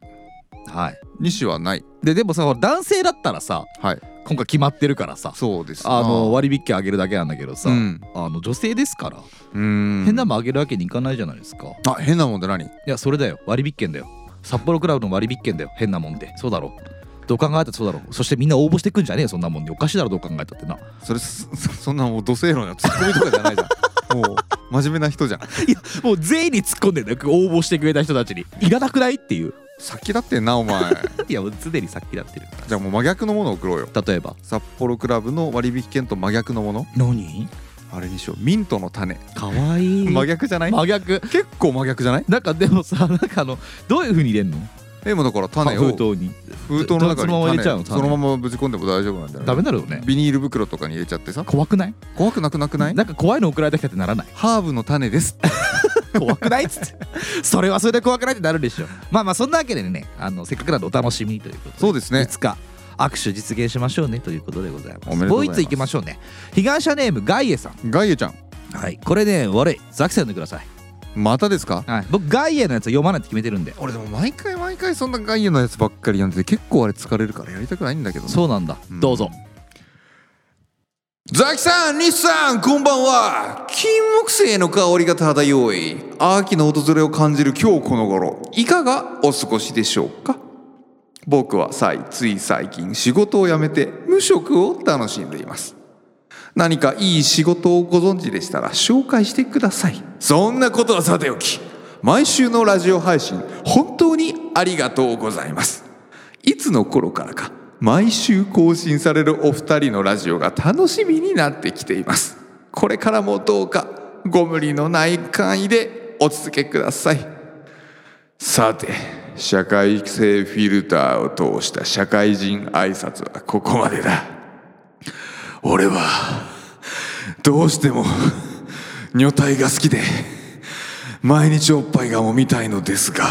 [SPEAKER 2] はい
[SPEAKER 1] 西はない
[SPEAKER 2] ででもさほら男性だったらさ
[SPEAKER 1] はい
[SPEAKER 2] 今回決まってるからさ
[SPEAKER 1] そうですな
[SPEAKER 2] あの割引券あげるだけなんだけどさ、
[SPEAKER 1] うん
[SPEAKER 2] あの女性ですから
[SPEAKER 1] うん
[SPEAKER 2] 変なもんあげるわけにいかないじゃないですか、い
[SPEAKER 1] あ変なもんって何
[SPEAKER 2] やそれだよ割引券だよ札幌クラブの割引券だよ変なもんでそうだろどう考えたってそうだろそしてみんな応募してくんじゃねえよそんなもんでおかしいだろどう考えたってな
[SPEAKER 1] それそ そそんなもう土星論やツッコミとかじゃないじゃんもう真面目な人じゃん
[SPEAKER 2] もう全員に突っ込んでんだよ応募してくれた人たちにいらなくないっていう
[SPEAKER 1] 先だってんなお前
[SPEAKER 2] いやもう常にさっきだってる
[SPEAKER 1] じゃあもう真逆のものを送ろうよ
[SPEAKER 2] 例えば
[SPEAKER 1] 札幌クラブの割引券と真逆のもの
[SPEAKER 2] 何
[SPEAKER 1] あれにしようミントの種
[SPEAKER 2] かわいい
[SPEAKER 1] 真逆じゃない
[SPEAKER 2] 真逆
[SPEAKER 1] 結構真逆じゃない
[SPEAKER 2] なんかでもさなんかあのどういう風に入れんの
[SPEAKER 1] えもうだから
[SPEAKER 2] あ
[SPEAKER 1] 種を
[SPEAKER 2] 封筒に
[SPEAKER 1] 封筒の中
[SPEAKER 2] そのまま入
[SPEAKER 1] に
[SPEAKER 2] れちゃう
[SPEAKER 1] 種
[SPEAKER 2] の
[SPEAKER 1] そのままぶち込んでも大丈夫なんじゃな
[SPEAKER 2] ダ
[SPEAKER 1] い
[SPEAKER 2] メだろうね
[SPEAKER 1] ビニール袋とかに入れちゃってさ
[SPEAKER 2] 怖くない
[SPEAKER 1] 怖くなくなくない
[SPEAKER 2] なんか怖いの送られてきたってならない
[SPEAKER 1] ハーブの種です
[SPEAKER 2] 怖くないっつってそれはそれで怖くないってなるでしょまあまあそんなわけでねあのせっかくなんでお楽しみということで
[SPEAKER 1] そうですね
[SPEAKER 2] いつか握手実現しましょうねということでございます
[SPEAKER 1] おめでとうございます
[SPEAKER 2] もう一ついきましょうね被害者ネームガイエさん
[SPEAKER 1] ガイエちゃん
[SPEAKER 2] はいこれね悪いザキさん読んでください
[SPEAKER 1] またですか
[SPEAKER 2] はい僕ガイエのやつは読まないって決めてるんで
[SPEAKER 1] 俺でも毎回毎回そんなガイエのやつばっかり読んでて結構あれ疲れるからやりたくないんだけどな
[SPEAKER 2] そうなんだ、
[SPEAKER 1] ん
[SPEAKER 2] どうぞ
[SPEAKER 1] ザキさん、西さん、こんばんは。金木犀の香りが漂い、秋の訪れを感じる今日この頃、いかがお過ごしでしょうか僕はさいつい最近仕事を辞めて無職を楽しんでいます。何かいい仕事をご存知でしたら紹介してください。そんなことはさておき、毎週のラジオ配信、本当にありがとうございます。いつの頃からか毎週更新されるお二人のラジオが楽しみになってきていますこれからもどうかご無理のない範囲でお続けくださいさて社会性フィルターを通した社会人挨拶はここまでだ俺はどうしても女体が好きで毎日おっぱいが揉みたいのですが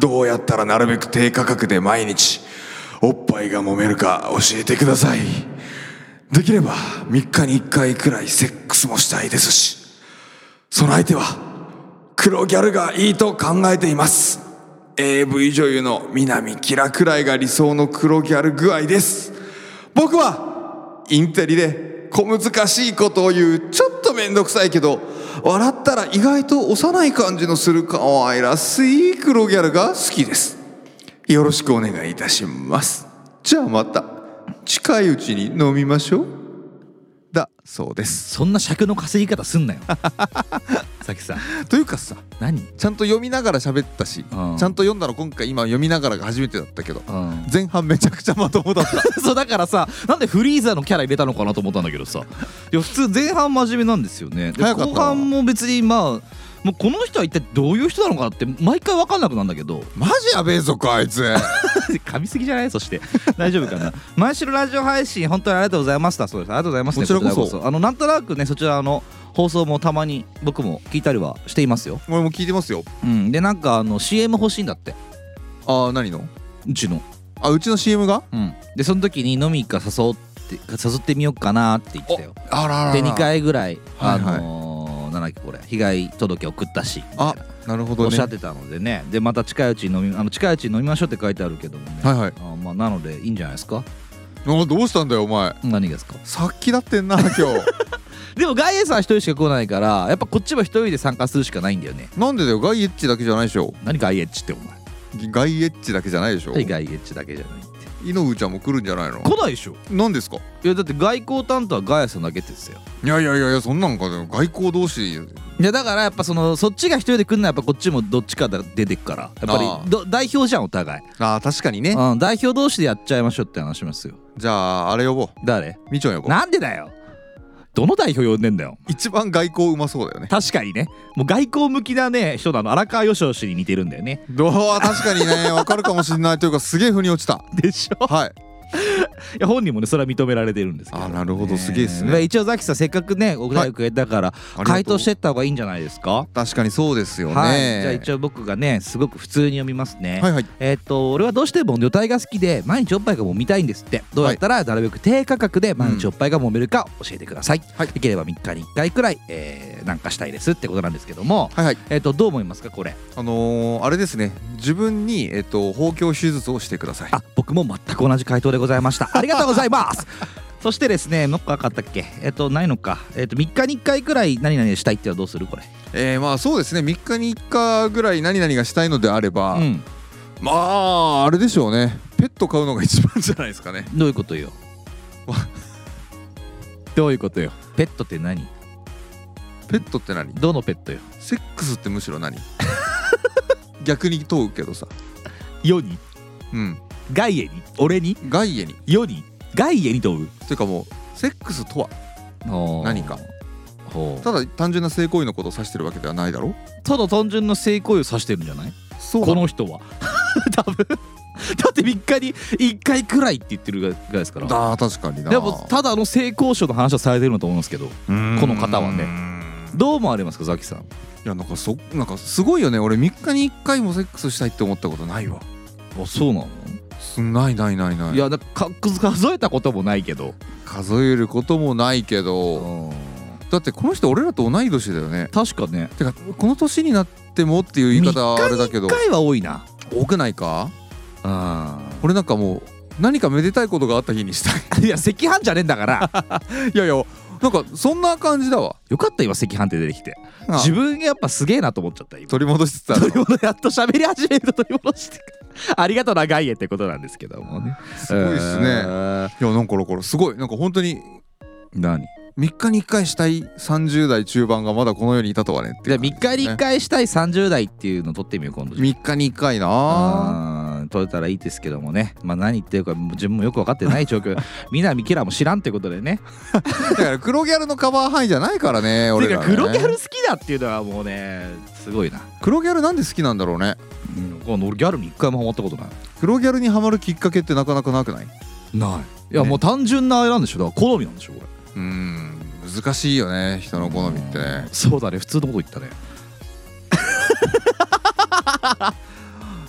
[SPEAKER 1] どうやったらなるべく低価格で毎日おっぱいが揉めるか教えてくださいできれば3日に1回くらいセックスもしたいですしその相手は黒ギャルがいいと考えています AV 女優の南キラくらいが理想の黒ギャル具合です僕はインテリで小難しいことを言うちょっとめんどくさいけど笑ったら意外と幼い感じのする可愛らしい黒ギャルが好きですよろしくお願いいたしますじゃあまた近いうちに飲みましょうだそうです
[SPEAKER 2] そんな尺の稼ぎ方すんなよザキさん
[SPEAKER 1] というかさ
[SPEAKER 2] 何
[SPEAKER 1] ちゃんと読みながら喋ったし、
[SPEAKER 2] うん
[SPEAKER 1] ちゃんと読んだの今回今読みながらが初めてだったけど、
[SPEAKER 2] ん
[SPEAKER 1] 前半めちゃくちゃまともだった
[SPEAKER 2] そうだからさなんでフリーザのキャラ入れたのかなと思ったんだけどさいや普通前半真面目なんですよねで
[SPEAKER 1] 早かった
[SPEAKER 2] 後半も別にまあもうこの人は一体どういう人なのかなって毎回分かんなくなるんだけど
[SPEAKER 1] マジやべえぞこいつ
[SPEAKER 2] 噛みすぎじゃないそして 大丈夫かな毎週のラジオ配信本当にありがとうございましたそうですありがとうございます
[SPEAKER 1] こ
[SPEAKER 2] ね
[SPEAKER 1] ちらこそ
[SPEAKER 2] あのなんとなくねそちらの放送もたまに僕も聞いたりはしていますよ、
[SPEAKER 1] 俺も聞いてますよ
[SPEAKER 2] うん、でなんかあの CM 欲しいんだって
[SPEAKER 1] ああ何の
[SPEAKER 2] うちの
[SPEAKER 1] あうちの CM が
[SPEAKER 2] うん、でその時に飲みか誘って誘ってみようかなって言ってたよ
[SPEAKER 1] あらあらあら
[SPEAKER 2] で2回ぐらい、
[SPEAKER 1] はいはい
[SPEAKER 2] あのー、なんだっけこれ被害届送ったし
[SPEAKER 1] あなるほ
[SPEAKER 2] お
[SPEAKER 1] ど
[SPEAKER 2] っ
[SPEAKER 1] ね
[SPEAKER 2] しゃってたのでねでまた近いうちに飲みあの近いうちに飲みましょうって書いてあるけどもね、
[SPEAKER 1] はいはい
[SPEAKER 2] あーまあ、なのでいいんじゃないですか
[SPEAKER 1] あどうしたんだよお前
[SPEAKER 2] 何がですか
[SPEAKER 1] さっきだってんな今日
[SPEAKER 2] でもガイエさん一人しか来ないからやっぱこっちは一人で参加するしかないんだよね
[SPEAKER 1] なんでだよガイエッチだけじゃないでしょ
[SPEAKER 2] 何ガイエッチってお前
[SPEAKER 1] ガイエッチだけじゃないでしょ
[SPEAKER 2] 何ガイエッチだけじゃないって
[SPEAKER 1] 井上ちゃんも来るんじゃないの
[SPEAKER 2] 来ないでしょ
[SPEAKER 1] 何ですか
[SPEAKER 2] いやだって外交担当はガイエさんだけって言ってたよ
[SPEAKER 1] いやいやいやいやそんなんかでも外交同士
[SPEAKER 2] いやだからやっぱそのそっちが一人で来るのはやっぱこっちもどっちかだ出てくからやっ
[SPEAKER 1] あ
[SPEAKER 2] ぱ
[SPEAKER 1] あ
[SPEAKER 2] りど代表じゃんお互い、
[SPEAKER 1] あー確かにね
[SPEAKER 2] うん、代表同士でやっちゃいましょうって話しますよ
[SPEAKER 1] じゃああれ呼ぼう
[SPEAKER 2] 誰
[SPEAKER 1] みちょん呼ぼう
[SPEAKER 2] なんでだよどの代表呼んでんだよ
[SPEAKER 1] 一番外交うまそうだよね
[SPEAKER 2] 確かにねもう外交向きなね人なの荒川よし氏に似てるんだよね
[SPEAKER 1] どうは確かにねわかるかもしれないというかすげえ腑に落ち た
[SPEAKER 2] でしょ
[SPEAKER 1] はい
[SPEAKER 2] いや本人もねそれは認められてるんですけど
[SPEAKER 1] あなるほどすげえっすね
[SPEAKER 2] まあ一応ザキさんせっかくねお答えくれたから、
[SPEAKER 1] とう
[SPEAKER 2] 回答してった方がいいんじゃないですか
[SPEAKER 1] 確かにそうですよね
[SPEAKER 2] はい、じゃあ一応僕がねすごく普通に読みますね、
[SPEAKER 1] はいはい
[SPEAKER 2] えーっと俺はどうしても女体が好きで毎日おっぱいが揉みたいんですってどうやったらなるべく低価格で毎日おっぱいが揉めるか教えてください、
[SPEAKER 1] はい
[SPEAKER 2] できれば3日に1回くらい、えーなんかしたいですってことなんですけども、
[SPEAKER 1] はいはい
[SPEAKER 2] えーっとどう思いますかこれ
[SPEAKER 1] あのー、あれですね自分にえっと包茎手術をしてください
[SPEAKER 2] あ僕も全く同じ回答でございましたありがとうございます そしてですねもう一個なかったっけえーっとないのか、えーっと3日に1回くらい何々したいってのはどうするこれ
[SPEAKER 1] えー、まあそうですね3日に1回ぐらい何々がしたいのであれば、
[SPEAKER 2] うん
[SPEAKER 1] まああれでしょうねペット飼うのが一番じゃないですかね
[SPEAKER 2] どういうことよ
[SPEAKER 1] わ
[SPEAKER 2] どういうことよペットって何
[SPEAKER 1] ペットって何
[SPEAKER 2] どのペットよ
[SPEAKER 1] セックスってむしろ 何逆に問うけどさ
[SPEAKER 2] 世に
[SPEAKER 1] うん
[SPEAKER 2] ガイエに俺に
[SPEAKER 1] 外エに
[SPEAKER 2] 世に外へに問う
[SPEAKER 1] というかもうセックスとは何か
[SPEAKER 2] ほう
[SPEAKER 1] ただ単純な性行為のことを指してるわけではないだろ
[SPEAKER 2] ただ単純な性行為を指してるんじゃない
[SPEAKER 1] そう
[SPEAKER 2] この人は 多分だって3日に1回くらいって言ってるぐらいですから
[SPEAKER 1] あー確かにな
[SPEAKER 2] でもただの性交渉の話はされてるんだと思うんですけど
[SPEAKER 1] こ
[SPEAKER 2] の方はねどう思われますかザキさん
[SPEAKER 1] いやなんかそなんかすごいよね俺3日に1回もセックスしたいって思ったことないわ
[SPEAKER 2] あそうなの、
[SPEAKER 1] すないないないない
[SPEAKER 2] い、やなんか数数えたこともないけど
[SPEAKER 1] 数えることもないけどだってこの人俺らと同い年だよね
[SPEAKER 2] 確かね
[SPEAKER 1] てかこの年になってもっていう言い方はあれだけど
[SPEAKER 2] 1回は多いな
[SPEAKER 1] 多くないか
[SPEAKER 2] あ
[SPEAKER 1] 俺なんかもう何かめでたいことがあった日にしたい
[SPEAKER 2] いや赤飯じゃねえんだから
[SPEAKER 1] いやいやなんかそんな感じだわ
[SPEAKER 2] よかった今赤飯って出てきて
[SPEAKER 1] あ
[SPEAKER 2] 自分やっぱすげえなと思っちゃった今
[SPEAKER 1] 取り戻しつつあ
[SPEAKER 2] 取
[SPEAKER 1] る
[SPEAKER 2] り戻やっと喋り始めると取り戻して くありがとうなガイエってことなんですけどもね
[SPEAKER 1] すごいっすね
[SPEAKER 2] えー
[SPEAKER 1] いやなんかだからすごいなんか本当に
[SPEAKER 2] 何
[SPEAKER 1] 3日に1回したい30代中盤がまだこの世にいたとはねって
[SPEAKER 2] じ
[SPEAKER 1] い
[SPEAKER 2] ゃ
[SPEAKER 1] う
[SPEAKER 2] あ
[SPEAKER 1] 感じですね
[SPEAKER 2] 3日に1回したい30代っていうの撮ってみよう今度
[SPEAKER 1] 3日に1回な
[SPEAKER 2] うん取れたらいいですけどもねまあ何言ってるかもう自分もよく分かってない状 況南キラも知らんってことでね
[SPEAKER 1] だから黒ギャルのカバー範囲じゃないからね 俺
[SPEAKER 2] て
[SPEAKER 1] ら
[SPEAKER 2] か
[SPEAKER 1] ね
[SPEAKER 2] 黒ギャル好きだっていうのはもうねすごいな、
[SPEAKER 1] 黒ギャルなんで好きなんだろうね
[SPEAKER 2] うん、俺ギャルに一回もハマったことない
[SPEAKER 1] 黒ギャルにハマるきっかけってなかなかなくない
[SPEAKER 2] ないいやもう単純なあれなんでしょだから好みなんでしょこれ
[SPEAKER 1] うん難しいよね人の好みってね
[SPEAKER 2] そうだね普通のこと言ったね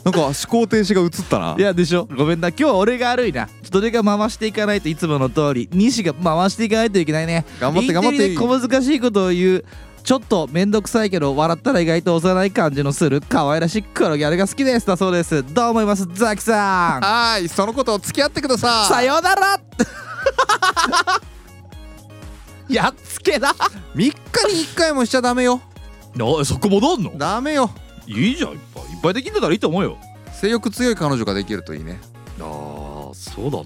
[SPEAKER 1] なんか思考停止が映ったない
[SPEAKER 2] やでしょごめんな今日は俺が悪いなちょっと俺が回していかないといつもの通り西が回していかないといけないね
[SPEAKER 1] 頑張って頑張っ
[SPEAKER 2] インテ
[SPEAKER 1] て
[SPEAKER 2] リで小難しいことを言うちょっと面倒くさいけど笑ったら意外と幼い感じのする可愛らしい黒ギャルが好きですだそうですどう思いますザキさん
[SPEAKER 1] はーいそのことを付き合ってください
[SPEAKER 2] さような らやっつけだ
[SPEAKER 1] 3日に1回もしちゃダメよ
[SPEAKER 2] なそこ戻んの
[SPEAKER 1] ダメよ
[SPEAKER 2] いいじゃんいっぱいいっぱいできんだったらいいと思うよ
[SPEAKER 1] 性欲強い彼女ができるといいね
[SPEAKER 2] ああそうだな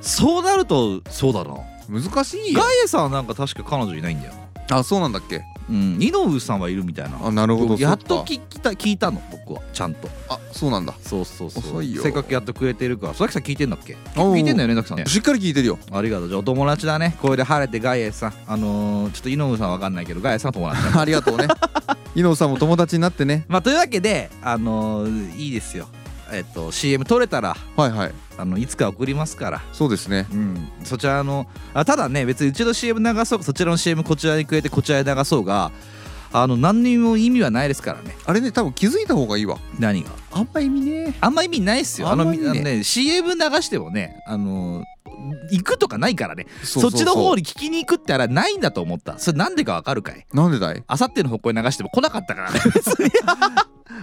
[SPEAKER 2] そうなるとそうだな
[SPEAKER 1] 難しいよ
[SPEAKER 2] ガイエさんはなんか確か彼女いないんだよ
[SPEAKER 1] あそうなんだっけ
[SPEAKER 2] うん井上さんはいるみたいな
[SPEAKER 1] あなるほど
[SPEAKER 2] やっ
[SPEAKER 1] そ
[SPEAKER 2] と
[SPEAKER 1] か
[SPEAKER 2] 聞聞いた聞いたの僕はちゃんと
[SPEAKER 1] あそうなんだ
[SPEAKER 2] そうそうそう
[SPEAKER 1] 遅いよ
[SPEAKER 2] せっかくやってくれてるから佐々木さん聞いてんだっけ
[SPEAKER 1] おう
[SPEAKER 2] 聞いてんだよねザキさんね
[SPEAKER 1] しっかり聞いてるよ
[SPEAKER 2] ありがとうじゃあお友達だねこれで晴れてガイエさんあのー、ちょっと井上さんわかんないけどガイエさんは友達
[SPEAKER 1] ありがとうね 伊野さんも友達になってね
[SPEAKER 2] まあというわけであのー、いいですよえっと CM 取れたら
[SPEAKER 1] はいはい
[SPEAKER 2] あのいつか送りますから
[SPEAKER 1] そうですね
[SPEAKER 2] うん、そちらのあただね別にうちの CM 流そうそちらの CM こちらにくれてこちらに流そうがあの何にも意味はないですからね
[SPEAKER 1] あれね多分気づいた方がいいわ
[SPEAKER 2] 何が
[SPEAKER 1] あんま意味ね
[SPEAKER 2] あんま意味ないっすよあの
[SPEAKER 1] あんま意味ね
[SPEAKER 2] あのね CM 流してもねあの行くとかないからね
[SPEAKER 1] そ
[SPEAKER 2] そっちの方に聞きに行くってあれはないんだと思ったそれなんでかわかるかい
[SPEAKER 1] なんでだい
[SPEAKER 2] あさっての方向に流しても来なかった からね別に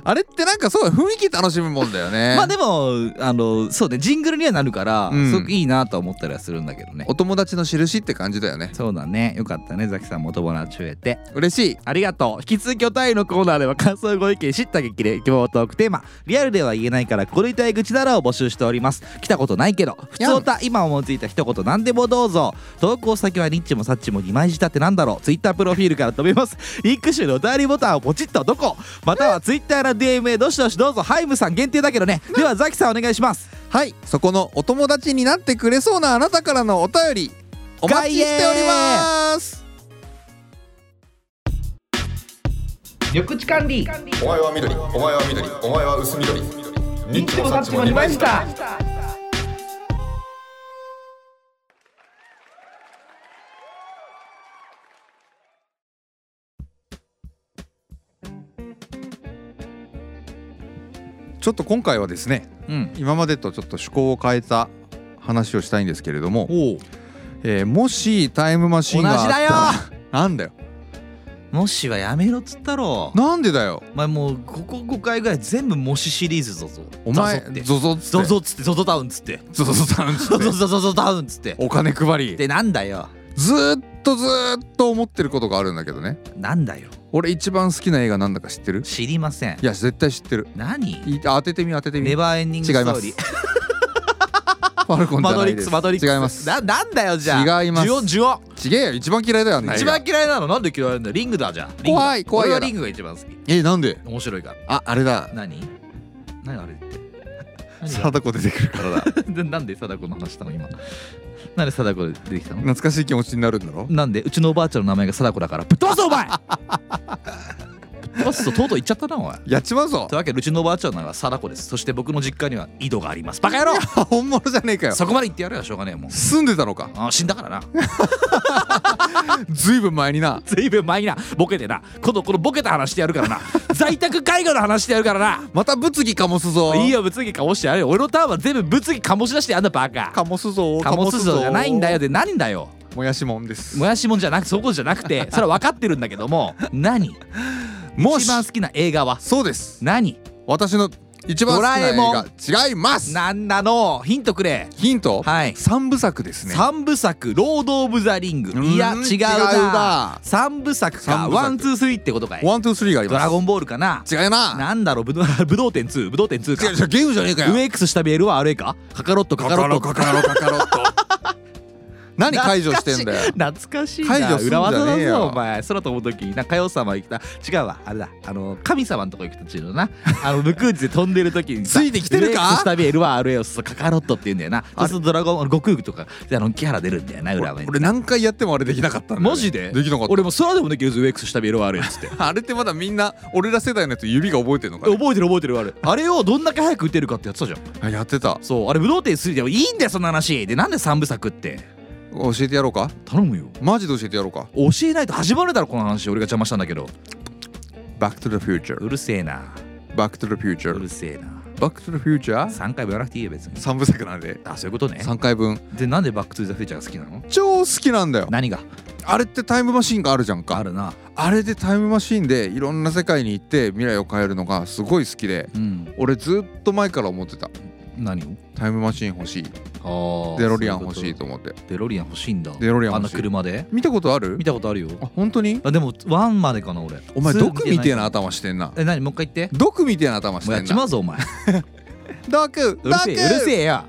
[SPEAKER 1] あれってなんかそう雰囲気楽しむもんだよ ね
[SPEAKER 2] まあでもあのそうねジングルにはなるから、
[SPEAKER 1] うん
[SPEAKER 2] すごくいいなとは思ったりはするんだけどね
[SPEAKER 1] お友達の印って感じだよね
[SPEAKER 2] そうだねよかったねザキさんもお友達増えて
[SPEAKER 1] 嬉しい
[SPEAKER 2] ありがとう。引き続きお便りのコーナーでは感想ご意見、知った激励、希望トークテーマ、リアルでは言えないからこれ痛い口ならを募集しております。来たことないけど、普通歌、今思いついた一言何でもどうぞ。投稿先はニッチもサッチも二枚舌ってなんだろう。ツイッタープロフィールから飛べます。リンク集のお便りボタンをポチッとどこまたはツイッターの DM へどしどしどうぞ。ハイムさん限定だけどね。ではザキさんお願いします。
[SPEAKER 1] はいそこのお友達になってくれそうなあなたからのお便りお待ちしております
[SPEAKER 2] 緑地管理。
[SPEAKER 3] お前は緑お前は緑お前は薄緑ニッチもサッチも二枚舌
[SPEAKER 1] ちょっと今回はですね
[SPEAKER 2] うん。
[SPEAKER 1] 今までとちょっと趣向を変えた話をしたいんですけれども、
[SPEAKER 2] お
[SPEAKER 1] えーもしタイムマシンがあったら
[SPEAKER 2] 同
[SPEAKER 1] なんだよ
[SPEAKER 2] もしはやめろっつったろ。
[SPEAKER 1] なんでだよ
[SPEAKER 2] お前もうここ5回ぐらい全部模試シリーズぞぞ
[SPEAKER 1] お前
[SPEAKER 2] だぞって
[SPEAKER 1] ゾゾっつ
[SPEAKER 2] ゾ
[SPEAKER 1] って
[SPEAKER 2] ゾっつってゾゾタウンっつ って
[SPEAKER 1] ゾゾゾゾなんつ
[SPEAKER 2] ゾ
[SPEAKER 1] って
[SPEAKER 2] ゾゾゾゾタウンっつ って
[SPEAKER 1] お金配り
[SPEAKER 2] でなんだよ
[SPEAKER 1] ずーっとずーっと思ってることがあるんだけどね
[SPEAKER 2] なんだよ
[SPEAKER 1] 俺一番好きな映画なんだか知ってる
[SPEAKER 2] 知りません
[SPEAKER 1] いや絶対知ってる
[SPEAKER 2] 何
[SPEAKER 1] い当ててみ当ててみ
[SPEAKER 2] ネ
[SPEAKER 1] フ
[SPEAKER 2] バーエンディングスト
[SPEAKER 1] 違います
[SPEAKER 2] ーリー
[SPEAKER 1] ァルコンじ
[SPEAKER 2] マ
[SPEAKER 1] ゃ
[SPEAKER 2] ト
[SPEAKER 1] な
[SPEAKER 2] リ
[SPEAKER 1] い
[SPEAKER 2] ッ
[SPEAKER 1] で
[SPEAKER 2] ク
[SPEAKER 1] す
[SPEAKER 2] スマトリックス
[SPEAKER 1] 違います
[SPEAKER 2] ななんだよじゃあ
[SPEAKER 1] 違います
[SPEAKER 2] ジュオンジュオン
[SPEAKER 1] ちげえよ一番嫌いだよあんな映
[SPEAKER 2] 一
[SPEAKER 1] 画
[SPEAKER 2] 番嫌いなのなんで嫌いなんだよリングだじゃあリングだ
[SPEAKER 1] 怖い怖い
[SPEAKER 2] 俺
[SPEAKER 1] や
[SPEAKER 2] は
[SPEAKER 1] だ
[SPEAKER 2] リングが一番好き
[SPEAKER 1] えなんで
[SPEAKER 2] 面白いから
[SPEAKER 1] ああれだ
[SPEAKER 2] 何何あれ って何が
[SPEAKER 1] 貞子出てくるからだ
[SPEAKER 2] でなんで貞子の話したの今なんで貞子で出てきたの
[SPEAKER 1] 懐かしい気持ちになるんだろ
[SPEAKER 2] なんでうちのおばあちゃんの名前が貞子だからぶっ飛ばすぞお前ぶっバスととうとう行っちゃったなおい
[SPEAKER 1] やっちまうぞ
[SPEAKER 2] というわけでうちのおばあちゃんなら貞子ですそして僕の実家には井戸があります バカ野郎
[SPEAKER 1] 本物じゃねえかよ
[SPEAKER 2] そこまで言ってやるよしょうがねえもん
[SPEAKER 1] 住んでたのか
[SPEAKER 2] あー死んだ からな
[SPEAKER 1] ずいぶん前にな
[SPEAKER 2] ずいぶん前になボケてな今度このボケた話してやるから な在宅介護の話してやるからな
[SPEAKER 1] また物議かもすぞ
[SPEAKER 2] いいよ物議かもしてやるよ俺のターンは全部物議かもし出してやんだバカ
[SPEAKER 1] かもすぞ
[SPEAKER 2] かもすぞじゃないんだよ
[SPEAKER 1] で
[SPEAKER 2] で何だよ
[SPEAKER 1] もやしもんです
[SPEAKER 2] もやしもんじゃなくそういうことじゃなくてそれは分かってるんだけども 何
[SPEAKER 1] も
[SPEAKER 2] 一
[SPEAKER 1] し
[SPEAKER 2] 番好きな映画は
[SPEAKER 1] そうです
[SPEAKER 2] 何
[SPEAKER 1] 私の一番好きな映
[SPEAKER 2] ドラ
[SPEAKER 1] 画違います
[SPEAKER 2] なんなのヒントくれ
[SPEAKER 1] ヒント、
[SPEAKER 2] はい
[SPEAKER 1] 三部作ですね
[SPEAKER 2] 三部作「ロード・オブ・ザ・リング」
[SPEAKER 1] うーん
[SPEAKER 2] いや違うな
[SPEAKER 1] 違うな
[SPEAKER 2] 三部作
[SPEAKER 1] 三
[SPEAKER 2] か
[SPEAKER 1] 部作
[SPEAKER 2] ワンツースリーってことかい
[SPEAKER 1] ワンツースリーがあり
[SPEAKER 2] ド
[SPEAKER 1] ます
[SPEAKER 2] ラゴンボールかな
[SPEAKER 1] 違うな
[SPEAKER 2] なんだろう武道武道展2武道展2
[SPEAKER 1] 違う違
[SPEAKER 2] か
[SPEAKER 1] うゲームじゃねえかよ
[SPEAKER 2] UX 下 BLRA かカカロットカカロット
[SPEAKER 1] カカロットカカロット 何解除してんだよ
[SPEAKER 2] 懐かしい
[SPEAKER 1] 解除
[SPEAKER 2] な
[SPEAKER 1] すんじ
[SPEAKER 2] 裏技
[SPEAKER 1] ゃねえ
[SPEAKER 2] だ
[SPEAKER 1] よ
[SPEAKER 2] ぞお前空飛ぶ時に中様行った違うわあれだあの神様のとこ行く途中の なあの無空地で飛んでる時にさ
[SPEAKER 1] ついてきてるか
[SPEAKER 2] UX 下 BLRA をそうカカロットって言うんだよなそうするとドラゴン悟空とかであのキャラ出るんだよな裏目に
[SPEAKER 1] 俺何回やってもあれできなかったんだよね
[SPEAKER 2] マジで
[SPEAKER 1] できなかった
[SPEAKER 2] 俺もう空でもできるぞ UX 下 BLRA っつって
[SPEAKER 1] あれってまだみんな俺ら世代のやつ指が覚えてるのか
[SPEAKER 2] 覚
[SPEAKER 1] ね
[SPEAKER 2] えてる覚えてるあれあれをどんだけ早く打てるかってやってたじゃん
[SPEAKER 1] あやってた
[SPEAKER 2] そうあれ武道展3でもいいんだよそんな話でなんで3部作って
[SPEAKER 1] 教えてやろうか
[SPEAKER 2] 頼むよ
[SPEAKER 1] マジで教えてやろうか
[SPEAKER 2] 教えないと始まるだろこの話俺が邪魔したんだけど
[SPEAKER 1] Back to the future
[SPEAKER 2] うるせえな
[SPEAKER 1] Back to the
[SPEAKER 2] う
[SPEAKER 1] future
[SPEAKER 2] るせえな
[SPEAKER 1] Back to the future
[SPEAKER 2] 3回もやらなくていいよ別に
[SPEAKER 1] 三部作なんで
[SPEAKER 2] あそういうことね
[SPEAKER 1] 三回分
[SPEAKER 2] でなんでバック・トゥ・ザ・フューチャーが好きなの
[SPEAKER 1] 超好きなんだよ
[SPEAKER 2] 何が
[SPEAKER 1] あれってタイムマシンがあるじゃん
[SPEAKER 2] あ
[SPEAKER 1] か
[SPEAKER 2] るな
[SPEAKER 1] あれでタイムマシンでいろんな世界に行って未来を変えるのがすごい好きで
[SPEAKER 2] うん
[SPEAKER 1] 俺ずっと前から思ってた
[SPEAKER 2] 何
[SPEAKER 1] タイムマシン欲しい
[SPEAKER 2] をああ
[SPEAKER 1] デロリアン欲しいと思って
[SPEAKER 2] デロリアン欲しいんだ
[SPEAKER 1] デロリアン
[SPEAKER 2] あ
[SPEAKER 1] 欲
[SPEAKER 2] の
[SPEAKER 1] しい
[SPEAKER 2] 車で
[SPEAKER 1] 見たことある
[SPEAKER 2] 見たことあるよ
[SPEAKER 1] あ本当に
[SPEAKER 2] あでも1までかな俺
[SPEAKER 1] お前
[SPEAKER 2] ツー
[SPEAKER 1] 毒みてえな
[SPEAKER 2] 見
[SPEAKER 1] 頭してんな
[SPEAKER 2] え何もう一回言って
[SPEAKER 1] 毒みてえな頭して
[SPEAKER 2] もうやっ
[SPEAKER 1] ん
[SPEAKER 2] ち
[SPEAKER 1] な
[SPEAKER 2] まうぞお前
[SPEAKER 1] 毒
[SPEAKER 2] うるせえうるせ
[SPEAKER 1] え
[SPEAKER 2] えや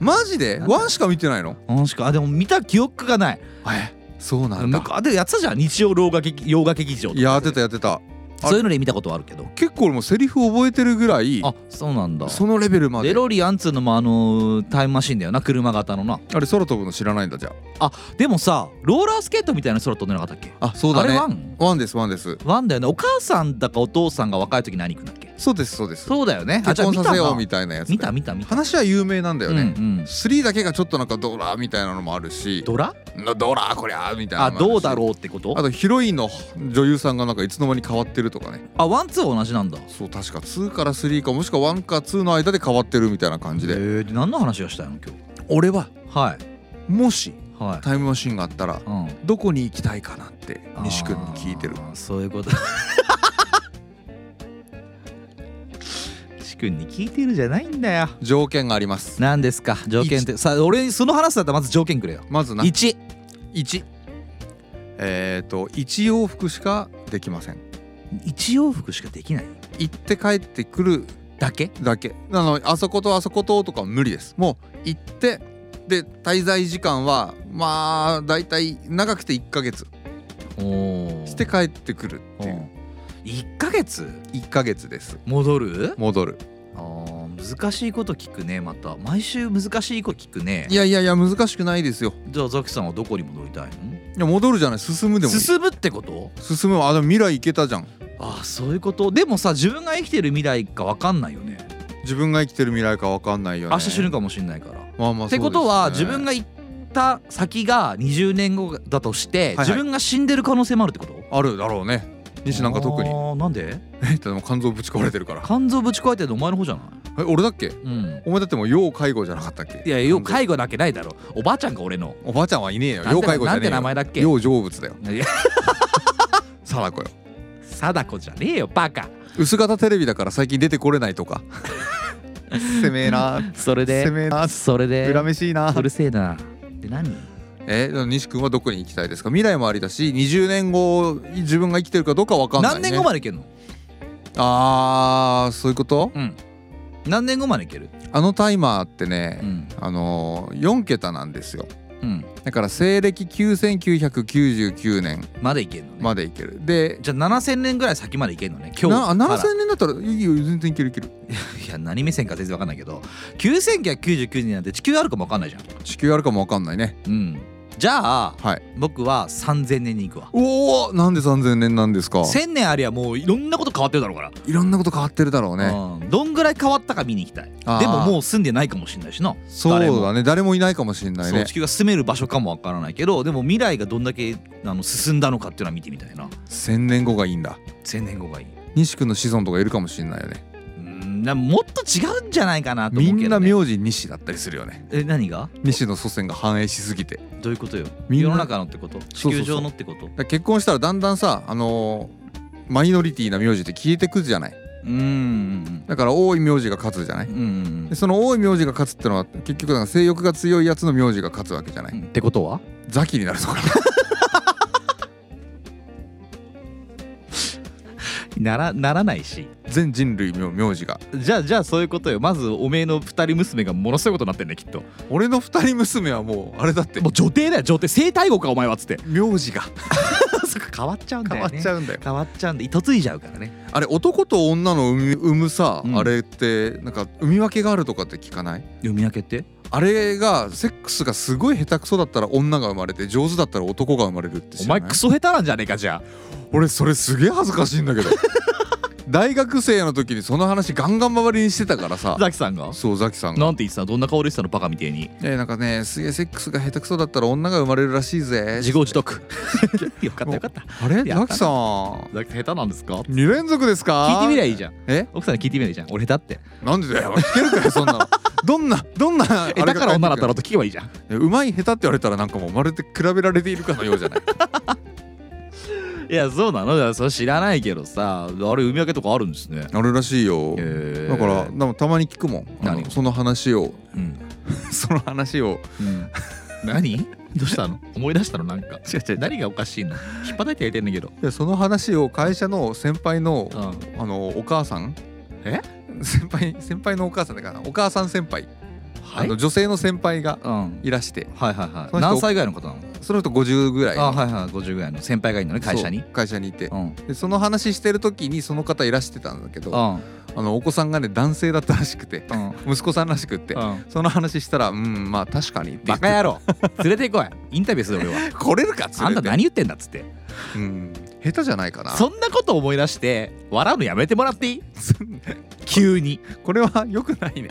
[SPEAKER 1] マジで
[SPEAKER 2] なんだ
[SPEAKER 1] ワンしか見てないの
[SPEAKER 2] あしかあでも見た記憶がない
[SPEAKER 1] えそうなんだ
[SPEAKER 2] なんかあでやってたじゃん日曜洋画劇洋画劇場とか
[SPEAKER 1] やってたやってた
[SPEAKER 2] そういうので見たことはあるけど
[SPEAKER 1] 結構俺もセリフ覚えてるぐらい
[SPEAKER 2] あそうなんだ
[SPEAKER 1] そのレベルま
[SPEAKER 2] デ
[SPEAKER 1] で
[SPEAKER 2] ロリアンっつうのもあのータイムマシンだよな車型のな
[SPEAKER 1] あれ空飛ぶの知らないんだじゃ
[SPEAKER 2] あでもさローラースケートみたいな空飛んでなかったっけ
[SPEAKER 1] ああそうだ
[SPEAKER 2] あ
[SPEAKER 1] ね
[SPEAKER 2] れワン
[SPEAKER 1] ワンですワンです
[SPEAKER 2] ワンだよねお母さんだかお父さんが若い時の兄貴だっけ
[SPEAKER 1] そうですそうです
[SPEAKER 2] そうだよねあ
[SPEAKER 1] 結
[SPEAKER 2] じゃあ
[SPEAKER 1] 婚
[SPEAKER 2] 見た
[SPEAKER 1] させよう
[SPEAKER 2] な
[SPEAKER 1] みたいなやつで
[SPEAKER 2] 見た見た見た
[SPEAKER 1] 話は有名なんだよね
[SPEAKER 2] うんうん
[SPEAKER 1] 3だけがちょっとなんかドラーみたいなのもあるし
[SPEAKER 2] ドラ
[SPEAKER 1] なドラーこりゃーみたいな
[SPEAKER 2] あ
[SPEAKER 1] のもるし
[SPEAKER 2] どうだろうってこと
[SPEAKER 1] あとヒロインの女優さんがなんかいつの間に変わってるとかね
[SPEAKER 2] あワンツーは同じなんだへ
[SPEAKER 1] そう確か2から3かもしくは1か2の間で変わってるみたいな感じで
[SPEAKER 2] えで何の話をしたの今
[SPEAKER 1] 俺は
[SPEAKER 2] 日はい
[SPEAKER 1] もし
[SPEAKER 2] はい
[SPEAKER 1] タイムマシンがあったら
[SPEAKER 2] うん
[SPEAKER 1] どこに行きたいかなって西君に聞いてる
[SPEAKER 2] あーそういうこと 西君に聞いてるじゃないんだよ
[SPEAKER 1] 条件があります
[SPEAKER 2] 何ですか条件ってさあ俺にその話だったらまず条件くれよ
[SPEAKER 1] まずな
[SPEAKER 2] 1
[SPEAKER 1] 1えっ、と1往復しかできません
[SPEAKER 2] 一往復しかできない
[SPEAKER 1] 行って帰ってくる
[SPEAKER 2] だけ
[SPEAKER 1] だけなのあそことあそこととかは無理ですもう行ってで滞在時間はまあ大体長くて1ヶ月
[SPEAKER 2] おお
[SPEAKER 1] して帰ってくるっていう
[SPEAKER 2] 1ヶ月
[SPEAKER 1] 1ヶ月です
[SPEAKER 2] 戻る
[SPEAKER 1] 戻る
[SPEAKER 2] あー難しいこと聞くねまた毎週難しいこと聞くね
[SPEAKER 1] いやいやいや難しくないですよ
[SPEAKER 2] じゃあザキさんはどこに戻りたいの
[SPEAKER 1] いや戻るじゃない進むでもいい
[SPEAKER 2] 進むってこと
[SPEAKER 1] 進むあでも未来行けたじゃん
[SPEAKER 2] ああそういうことでもさ自分が生きてる未来か分かんないよね
[SPEAKER 1] 自分が生きてる未来か分かんないよね
[SPEAKER 2] 明日死ぬかもしれないから
[SPEAKER 1] まあまあ
[SPEAKER 2] ってことは、自分
[SPEAKER 1] が
[SPEAKER 2] が行った先が20年後だとして、
[SPEAKER 1] いはい
[SPEAKER 2] 自分が死んでる可能性もあるってこと
[SPEAKER 1] あるだろうね西なんか特に
[SPEAKER 2] あーなんで
[SPEAKER 1] えっとでも肝臓ぶち壊れてるから
[SPEAKER 2] 肝臓ぶち壊れてるのお前の方じゃない
[SPEAKER 1] え俺だっけ
[SPEAKER 2] うん
[SPEAKER 1] お前だってもう要介護じゃなかったっけ
[SPEAKER 2] いや要介護なわけないだろおばあちゃんが俺の
[SPEAKER 1] おばあちゃんはいねえよ
[SPEAKER 2] なんて
[SPEAKER 1] 要介護じゃねえよ
[SPEAKER 2] なんて名前だっけ
[SPEAKER 1] 要成仏だよ
[SPEAKER 2] いや
[SPEAKER 1] 貞子よ
[SPEAKER 2] 貞子じゃねえよバカ
[SPEAKER 1] 薄型テレビだから最近出てこれないと かせめえな
[SPEAKER 2] それ
[SPEAKER 1] せめえな
[SPEAKER 2] それで
[SPEAKER 1] 恨めしいな
[SPEAKER 2] うるせえなで何
[SPEAKER 1] え西君はどこに行きたいですか未来もありだし20年後自分が生きてるかどうか分かんない、ね、
[SPEAKER 2] 何年後までいけるの
[SPEAKER 1] あーそういうこと
[SPEAKER 2] うん何年後までいける
[SPEAKER 1] あのタイマーってね、
[SPEAKER 2] うん
[SPEAKER 1] あのー、4桁なんですよ
[SPEAKER 2] うん
[SPEAKER 1] だから西暦9999年
[SPEAKER 2] までいけるのね
[SPEAKER 1] までいけるで
[SPEAKER 2] じゃあ7000年ぐらい先までいけるのね今
[SPEAKER 1] な
[SPEAKER 2] 日から
[SPEAKER 1] 7000年だったらいいよ全然いけるいける
[SPEAKER 2] いや何目線か全然わかんないけど9999年なんて地球あるかもわかんないじゃん
[SPEAKER 1] 地球あるかも分かんないね
[SPEAKER 2] うんじゃあ
[SPEAKER 1] はい
[SPEAKER 2] 僕は3000年に行くわ
[SPEAKER 1] おおなんで3000年なんですか
[SPEAKER 2] 1000年ありゃもういろんなこと変わってるだろうから
[SPEAKER 1] いろんなこと変わってるだろうね
[SPEAKER 2] うんどんぐらい変わったか見に行きたい
[SPEAKER 1] あー
[SPEAKER 2] でももう住んでないかもしれないしな
[SPEAKER 1] そう
[SPEAKER 2] 誰も
[SPEAKER 1] だね誰もいないかもしれない
[SPEAKER 2] そう
[SPEAKER 1] ね
[SPEAKER 2] 地球が住める場所かもわからないけどでも未来がどんだけあの進んだのかっていうのは見てみたいな
[SPEAKER 1] 1000年後がいいんだ
[SPEAKER 2] 1000年後がいい
[SPEAKER 1] 西君の子孫とかいるかもしれないよね
[SPEAKER 2] うんなんかもっと違うんじゃないかなと思
[SPEAKER 1] み
[SPEAKER 2] うけ
[SPEAKER 1] ん
[SPEAKER 2] ど、
[SPEAKER 1] な
[SPEAKER 2] ね、
[SPEAKER 1] 名字西だったりするよね
[SPEAKER 2] え何が
[SPEAKER 1] 西の祖先が繁栄しすぎてだか
[SPEAKER 2] どういうことよ
[SPEAKER 1] みんな
[SPEAKER 2] 世の中のってこと
[SPEAKER 1] そうそう
[SPEAKER 2] 地
[SPEAKER 1] そう
[SPEAKER 2] 球上のってことう
[SPEAKER 1] ら結婚したらだんだんさあのーマイノリティな名字って消えてくじゃない
[SPEAKER 2] ーん
[SPEAKER 1] だから多い名字が勝つじゃな
[SPEAKER 2] う
[SPEAKER 1] い
[SPEAKER 2] んうん
[SPEAKER 1] でその多い名字が勝つってのは結局なんか性欲が強いやつの名字が勝つわけじゃない、
[SPEAKER 2] うん
[SPEAKER 5] てことは
[SPEAKER 1] ザキになるとか
[SPEAKER 2] ならならないし
[SPEAKER 1] 全人類の名字が
[SPEAKER 2] じゃあじゃあそういうことよまずおめえの二人娘がものすごいことになってんねきっと
[SPEAKER 1] 俺の二人娘はもうあれだって
[SPEAKER 5] もう女帝だよ女帝生体語かお前はっつって
[SPEAKER 1] 名字が
[SPEAKER 2] そっか変わっちゃうんだ
[SPEAKER 1] 変
[SPEAKER 2] よ
[SPEAKER 1] わっ
[SPEAKER 2] ね
[SPEAKER 1] ちゃうんだよ
[SPEAKER 2] 変わっちゃうんで嫁いじゃうからね
[SPEAKER 1] あれ男と女の産み産むさ、
[SPEAKER 2] うん
[SPEAKER 1] あれってなんか産み分けがあるとかって聞かない
[SPEAKER 2] 読み分けって
[SPEAKER 1] あれがセックスがすごい下手くそだったら女が生まれて上手だったら男が生まれるっ
[SPEAKER 5] お
[SPEAKER 1] て知らない
[SPEAKER 5] 前クソ下手なんじゃねえかじゃ
[SPEAKER 1] 俺それすげえ恥ずかしいんだ けど大学生の時にその話ガンガン周りにしてたから さ
[SPEAKER 2] ザキさんが
[SPEAKER 1] そうザキさんが
[SPEAKER 2] なんて言ってたのどんな顔でしたのバカみてえに
[SPEAKER 1] 「えなんかねすげえセックスが下手くそだったら女が生まれるらしいぜ」
[SPEAKER 2] 自業自得 よかったよかった
[SPEAKER 1] あれ
[SPEAKER 2] やった
[SPEAKER 1] ザ
[SPEAKER 2] な
[SPEAKER 1] キさん
[SPEAKER 2] ザキ下手なんですか
[SPEAKER 1] 2連続ですか
[SPEAKER 2] 聞いてみりゃいいじゃん
[SPEAKER 1] え
[SPEAKER 2] 奥さんに聞いてみりゃいいじゃん俺下手って
[SPEAKER 1] なんでだよ聞けるかよそんなのどんなどんな下
[SPEAKER 2] 下手から女だったらと聞けばいいじゃん
[SPEAKER 1] うまい下手って言われたらなんかもうまるで比べられているかのようじゃない
[SPEAKER 2] いやそうなのだからそれ知らないけどさあれ海分けとかあるんですね
[SPEAKER 1] あるらしいよ
[SPEAKER 2] へえ
[SPEAKER 1] だからでもたまに聞くもんあ
[SPEAKER 2] 何
[SPEAKER 1] のその話 を
[SPEAKER 2] うん、
[SPEAKER 1] その話を
[SPEAKER 2] うん、 何どうしたの思い出したの なんか
[SPEAKER 1] 違う違う違う
[SPEAKER 2] 何がおかしいの引っ張ってやりてんだけど、
[SPEAKER 1] いやその話を会社の先輩の
[SPEAKER 2] うん、
[SPEAKER 1] あのお母さん
[SPEAKER 2] え
[SPEAKER 1] 先輩先輩のお母さんだからなお母さん先輩、
[SPEAKER 2] は
[SPEAKER 1] あ
[SPEAKER 2] い、う
[SPEAKER 1] の
[SPEAKER 2] ん、
[SPEAKER 1] 女性の先輩が
[SPEAKER 2] はい
[SPEAKER 1] いらして
[SPEAKER 2] はいは
[SPEAKER 1] そ
[SPEAKER 2] い
[SPEAKER 1] の人
[SPEAKER 2] 何歳ぐらいの方なの
[SPEAKER 1] その人50ぐらい
[SPEAKER 2] あはいはい50ぐらいの先輩がいるのね会社に
[SPEAKER 1] そう会社にいて
[SPEAKER 2] うん
[SPEAKER 1] でその話してる時にその方いらしてたんだけどあ
[SPEAKER 2] うん
[SPEAKER 1] のお子さんがね男性だったらしくて
[SPEAKER 2] うん
[SPEAKER 1] 息子さんらしくって
[SPEAKER 2] うん
[SPEAKER 1] その話したらうんまあ確かにって言
[SPEAKER 2] バ
[SPEAKER 1] って
[SPEAKER 2] カ野郎連れてこいインタビューする俺は
[SPEAKER 1] 来れるかっつって
[SPEAKER 2] あんた何言ってんだっつって
[SPEAKER 1] うん下手じゃないかな
[SPEAKER 2] そんなこと思い出して笑うのやめてもらっていい急に
[SPEAKER 1] これはよくないね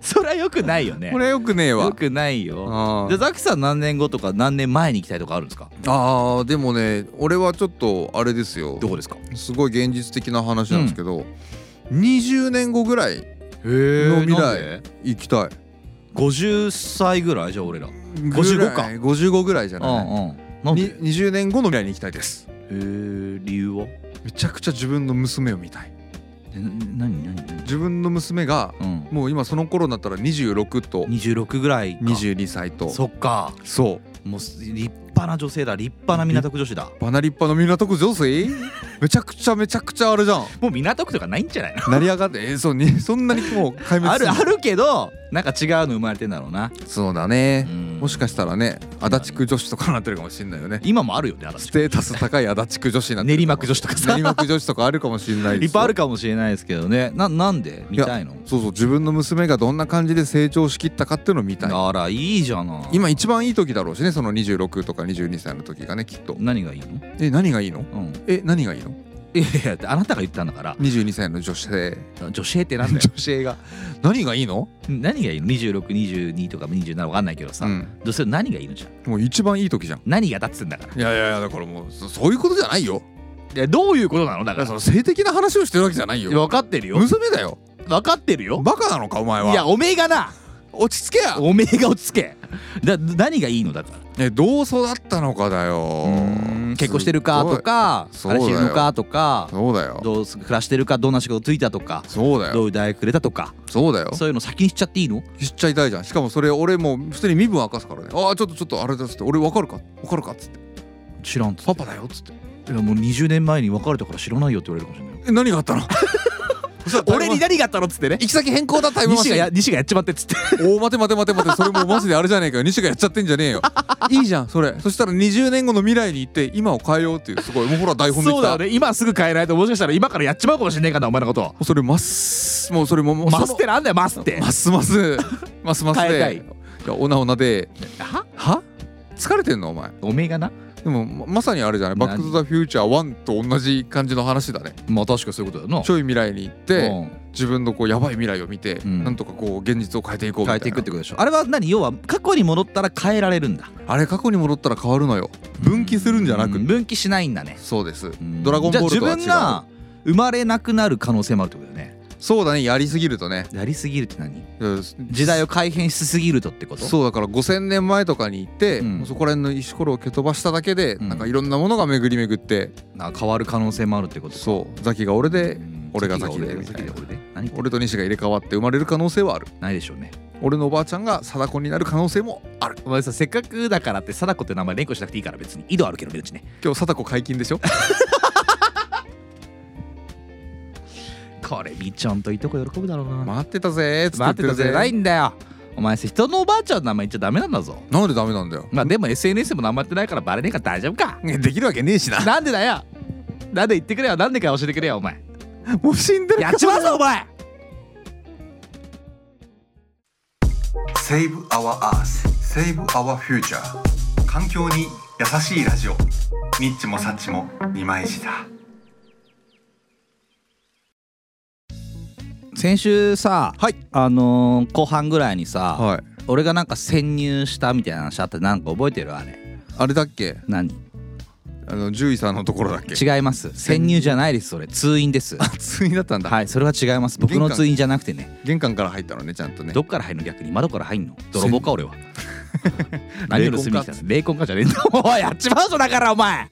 [SPEAKER 2] そりゃよくないよ ね
[SPEAKER 1] これはよくねえわ
[SPEAKER 2] よくないよ
[SPEAKER 1] あ
[SPEAKER 2] じ
[SPEAKER 1] ー
[SPEAKER 2] ゃあザキさん何年後とか何年前に行きたいとかあるんですか
[SPEAKER 1] あーでもね俺はちょっとあれですよ
[SPEAKER 2] どこですかへ
[SPEAKER 1] すごい現実的な話なんですけど、20年後ぐらい
[SPEAKER 2] え
[SPEAKER 1] の未来行きたい
[SPEAKER 2] 50歳ぐらいじゃあ俺らうん
[SPEAKER 1] ぐ
[SPEAKER 2] 55から
[SPEAKER 1] い55ぐらいじゃない、
[SPEAKER 2] うんなんで
[SPEAKER 1] に20年後の未来に行きたいです
[SPEAKER 2] えー、理由は
[SPEAKER 1] めちゃくちゃ自分の娘を見たい
[SPEAKER 2] えな何何何
[SPEAKER 1] 自分の娘が
[SPEAKER 2] うん
[SPEAKER 1] もう今その頃になったら26と
[SPEAKER 2] 26ぐらいか
[SPEAKER 1] 22歳と
[SPEAKER 2] そっか
[SPEAKER 1] そう
[SPEAKER 2] もう立派な女性だ立派な港区女子だ
[SPEAKER 1] バナリッパの港区女 性めちゃくちゃめちゃくちゃあれじゃん
[SPEAKER 2] もう港区とかないんじゃないの
[SPEAKER 1] 成り上がってえーそうにそんなにもう壊滅す
[SPEAKER 2] あるあ
[SPEAKER 1] る
[SPEAKER 2] るけどなんか違うの生まれてんだろうな
[SPEAKER 1] そうだね
[SPEAKER 2] うん
[SPEAKER 1] もしかしたらね足立区女子とかになってるかもしれないよね
[SPEAKER 2] 今もあるよね私
[SPEAKER 1] ステータス高い足立区女子になってる
[SPEAKER 2] 練馬区女子とかさ
[SPEAKER 1] 練馬区女子とかあるかもしれない
[SPEAKER 2] い
[SPEAKER 1] ですよ
[SPEAKER 2] っぱいあるかもしれないですけどねななんで見たいの
[SPEAKER 1] そうそう自分の娘がどんな感じで成長しきったかっていうのを見たい
[SPEAKER 2] あらいいじゃない
[SPEAKER 1] 今一番いい時だろうしねその26とか22歳の時がねきっと
[SPEAKER 2] 何がいいの
[SPEAKER 1] え何がいいの
[SPEAKER 2] うん
[SPEAKER 1] え何がいいの
[SPEAKER 2] いやいやあなたが言ったんだから
[SPEAKER 1] 22歳の女性
[SPEAKER 2] 女性ってなんだよ
[SPEAKER 1] 女性が何がいいの、
[SPEAKER 2] 何がいいの2622とか27わかんないけどさ、
[SPEAKER 1] うん、
[SPEAKER 2] 女性の何がいいのじゃん
[SPEAKER 1] もう一番いい時じゃん
[SPEAKER 2] 何がだっつうんだから
[SPEAKER 1] いやいやいやだからもうそそういうことじゃないよ
[SPEAKER 2] いやどういうことなの
[SPEAKER 1] だ
[SPEAKER 2] だ
[SPEAKER 1] からその性的な話をしてるわけじゃないよ
[SPEAKER 2] 分かってるよ
[SPEAKER 1] 娘だよ
[SPEAKER 2] 分かってるよ
[SPEAKER 1] バカなのかお前はい
[SPEAKER 2] やおめえがな
[SPEAKER 1] 落ち着けや
[SPEAKER 2] おめえが落ち着けだ何がいいのだから
[SPEAKER 1] えどう育ったのかだよ
[SPEAKER 2] 結婚してるかとか
[SPEAKER 1] すごい
[SPEAKER 2] 彼氏いる
[SPEAKER 1] そう
[SPEAKER 2] の
[SPEAKER 1] だよ
[SPEAKER 2] かとか
[SPEAKER 1] すごいそうだよ
[SPEAKER 2] どう暮らしてるかどんな仕事ついたとか
[SPEAKER 1] そうだ
[SPEAKER 2] ど
[SPEAKER 1] よ
[SPEAKER 2] ういう大学れたとか
[SPEAKER 1] そうだよ
[SPEAKER 2] そういうの先にしちゃっていいの
[SPEAKER 1] 知っちゃいたいじゃんしかもそれ俺もう普通に身分明かすからねああちょっとちょっとあれだっつって俺分かるか分かるかっつって
[SPEAKER 2] 知らんっつ
[SPEAKER 1] パパだよっつって
[SPEAKER 2] いやもう20年前に別れたから知らないよって言われるかも しれない
[SPEAKER 1] え何があ ったの
[SPEAKER 2] 俺に何があったのっつってね
[SPEAKER 1] 行き先変更だタイムマ
[SPEAKER 2] 西
[SPEAKER 1] シ
[SPEAKER 2] が
[SPEAKER 1] ン
[SPEAKER 2] や西がやっちまってっつって
[SPEAKER 1] おお待て待て待て待てそれもうマジであれじゃねえかよ西がやっちゃってんじゃねえ よいいじゃんそれそしたら20年後の未来に行って今を変えようっていうすごいもうほら台本できた
[SPEAKER 5] そうだよね今すぐ変えないともしかしたら今からやっちまうかもしれねえからなお前のこと
[SPEAKER 1] もうそれますもうそれももうそ
[SPEAKER 5] マ
[SPEAKER 1] の
[SPEAKER 5] スってなんだよマスって
[SPEAKER 1] ますますますますで
[SPEAKER 5] 変えたい
[SPEAKER 1] やおなおなで
[SPEAKER 2] は
[SPEAKER 1] は疲れてんのお前
[SPEAKER 2] おめえがな
[SPEAKER 1] でもままさにあれじゃない「
[SPEAKER 2] 何
[SPEAKER 1] バック・トゥ・ザ・フューチャー1」と同じ感じの話だね
[SPEAKER 2] まあ確かそういうことだよな
[SPEAKER 1] ちょい未来に行って、
[SPEAKER 2] うん
[SPEAKER 1] 自分のこうやばい未来を見て、
[SPEAKER 2] ん
[SPEAKER 1] なんとかこう現実を変えていこうみた
[SPEAKER 2] 変
[SPEAKER 1] い
[SPEAKER 2] え
[SPEAKER 1] な
[SPEAKER 2] ていくってことでしょあれは何要は過去に戻ったら変えられるんだ
[SPEAKER 1] あれ過去に戻ったら変わるのよ分岐するんじゃなく、
[SPEAKER 2] うん分岐しないんだね
[SPEAKER 1] そうです、
[SPEAKER 2] うん
[SPEAKER 1] ドラゴンボールとは違う
[SPEAKER 2] じゃあ自分が生まれなくなる可能性もあるってことだよね
[SPEAKER 1] そうだねやりすぎるとね
[SPEAKER 2] やりすぎるって何
[SPEAKER 1] うん
[SPEAKER 2] 時代を改変しすぎるとってこと
[SPEAKER 1] そうだから5,000年前とかに行って、
[SPEAKER 2] うん
[SPEAKER 1] そこら辺の石ころを蹴飛ばしただけで、
[SPEAKER 2] うん
[SPEAKER 1] なんかいろんなものが巡り巡って
[SPEAKER 2] な変わる可能性もあるってことか
[SPEAKER 1] そうザキが俺で
[SPEAKER 2] うん
[SPEAKER 1] 俺が先で
[SPEAKER 2] 俺が
[SPEAKER 1] みたいな
[SPEAKER 2] 俺で何言ってんの
[SPEAKER 1] 俺と西が入れ替わって生まれる可能性はある
[SPEAKER 2] ないでしょうね
[SPEAKER 1] 俺のおばあちゃんが貞子になる可能性もある
[SPEAKER 2] お前させっかくだからって貞子って名前連呼しなくていいから別に井戸あるけどねうちね
[SPEAKER 1] 今日貞子解禁でし ょ
[SPEAKER 2] これみちゃんといとこ喜ぶだろうな、
[SPEAKER 1] 待ってたぜーつ
[SPEAKER 2] 待ってたぜ
[SPEAKER 1] 言
[SPEAKER 2] な
[SPEAKER 1] って
[SPEAKER 2] い
[SPEAKER 1] くる
[SPEAKER 2] んだよお前さ人のおばあちゃんの名前言っちゃダメなんだぞ
[SPEAKER 1] なんでダメなんだよ
[SPEAKER 2] まあでも SNS でも名前やってないからバレねえから大丈夫か
[SPEAKER 1] ねできるわけねえしな
[SPEAKER 2] なんでだよなんで言ってくれよなんでか教えてくれよお前
[SPEAKER 1] もう死んでる
[SPEAKER 2] やっちまうぞお前
[SPEAKER 6] Save our earth Save our future 環境に優しいラジオニッチもサッチも二枚舌
[SPEAKER 2] 先週さ、
[SPEAKER 1] はい
[SPEAKER 2] あのー後半ぐらいにさ、
[SPEAKER 1] はい
[SPEAKER 2] 俺がなんか潜入したみたいな話あったなんか覚えてるあれ
[SPEAKER 1] あれだっけ
[SPEAKER 2] 何
[SPEAKER 1] あの獣医さんのところだっけ
[SPEAKER 2] 違います潜入じゃないですそれ通 院です
[SPEAKER 1] あ通院だったんだ、
[SPEAKER 2] はいそれは違います僕の
[SPEAKER 1] 玄関
[SPEAKER 2] 通院じゃなくてね
[SPEAKER 1] 玄関から入ったのねちゃんとね
[SPEAKER 2] どっから入るの逆に窓から入んの泥棒か 俺は何を盗みに来た
[SPEAKER 1] 霊
[SPEAKER 2] の霊魂かじゃねえんだ おいやっちまうぞだから お前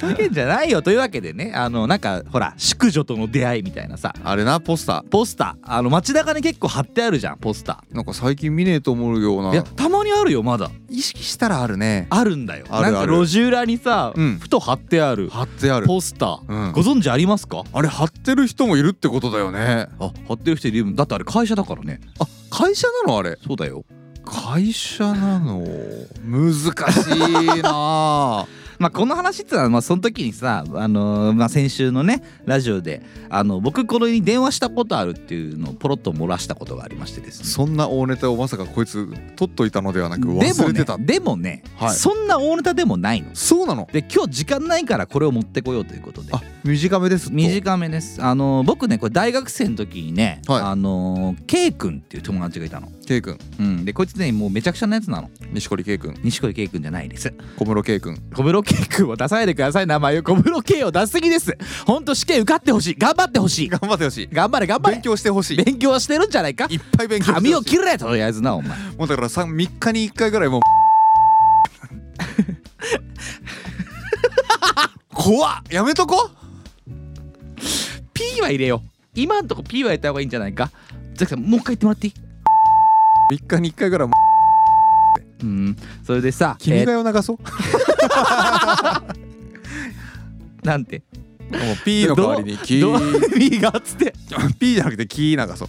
[SPEAKER 2] そういうわけじゃないよというわけでねあのなんかほら淑女との出会いみたいなさ
[SPEAKER 1] あれなポスタ
[SPEAKER 2] ポスターあの街中に結構貼ってあるじゃんポスタ
[SPEAKER 1] ーなんか最近見ねえと思うよう
[SPEAKER 2] ーい
[SPEAKER 1] な
[SPEAKER 2] やたまにあるよまだ
[SPEAKER 1] 意識したらあるね
[SPEAKER 2] あるんだよ
[SPEAKER 1] あるある
[SPEAKER 2] なんか路地裏にさ、
[SPEAKER 1] うん
[SPEAKER 2] ふと貼ってある
[SPEAKER 1] 貼ってある
[SPEAKER 2] ポスタ
[SPEAKER 1] う
[SPEAKER 2] ー、
[SPEAKER 1] ん
[SPEAKER 2] ご存知ありますか
[SPEAKER 1] あれ貼ってる人もいるってことだよね
[SPEAKER 2] あ貼ってる人いるだってあれ会社だからね
[SPEAKER 1] あ会社なのあれ
[SPEAKER 2] そうだよ
[SPEAKER 1] 会社なの難しいなあ
[SPEAKER 2] まあこの話ってのはまあその時にさ、あのーまあ、先週のねラジオであの僕これに電話したことあるっていうのをポロッと漏らしたことがありましてですね
[SPEAKER 1] そんな大ネタをまさかこいつ取っといたのではなく忘
[SPEAKER 2] でも
[SPEAKER 1] れて
[SPEAKER 2] ね
[SPEAKER 1] た、
[SPEAKER 2] でもね、
[SPEAKER 1] はい
[SPEAKER 2] そんな大ネタでもないの
[SPEAKER 1] そうなの
[SPEAKER 2] で今日時間ないからこれを持ってこようということで
[SPEAKER 1] あ短めですと
[SPEAKER 2] 短めですあのー僕ねこれ大学生の時にね、
[SPEAKER 1] はい
[SPEAKER 2] あのー K 君っていう友達がいたの、
[SPEAKER 1] K 君
[SPEAKER 2] うん、でこいつねもうめちゃくちゃなやつなの
[SPEAKER 1] 錦織 K 君
[SPEAKER 2] 錦織圭君じゃないです
[SPEAKER 1] 小室 K 君
[SPEAKER 2] 小室圭君を出さないでください名前を小室圭を出しすぎですほんと試験受かってほしい頑張ってほしい
[SPEAKER 1] 頑張ってほしい
[SPEAKER 2] 頑張れ頑張れ
[SPEAKER 1] 勉強してほしい
[SPEAKER 2] 勉強はしてるんじゃないか
[SPEAKER 1] いっぱい勉強してほしい
[SPEAKER 2] 髪を切れとりあえずなお前
[SPEAKER 1] もうだから 3, 3日に1回ぐらいもう 怖っやめとこ
[SPEAKER 2] P は入れよう今んとこ P は入れた方がいいんじゃないかザキさんもう一回言ってもらっていい
[SPEAKER 1] 3日に1回ぐらいもう
[SPEAKER 2] うんそれでさえ
[SPEAKER 1] 君が代流そう、
[SPEAKER 2] ーなんて
[SPEAKER 1] もう P の代わりにキ
[SPEAKER 2] ど
[SPEAKER 1] ー
[SPEAKER 2] P がっつって
[SPEAKER 1] P じゃなくてキー流そう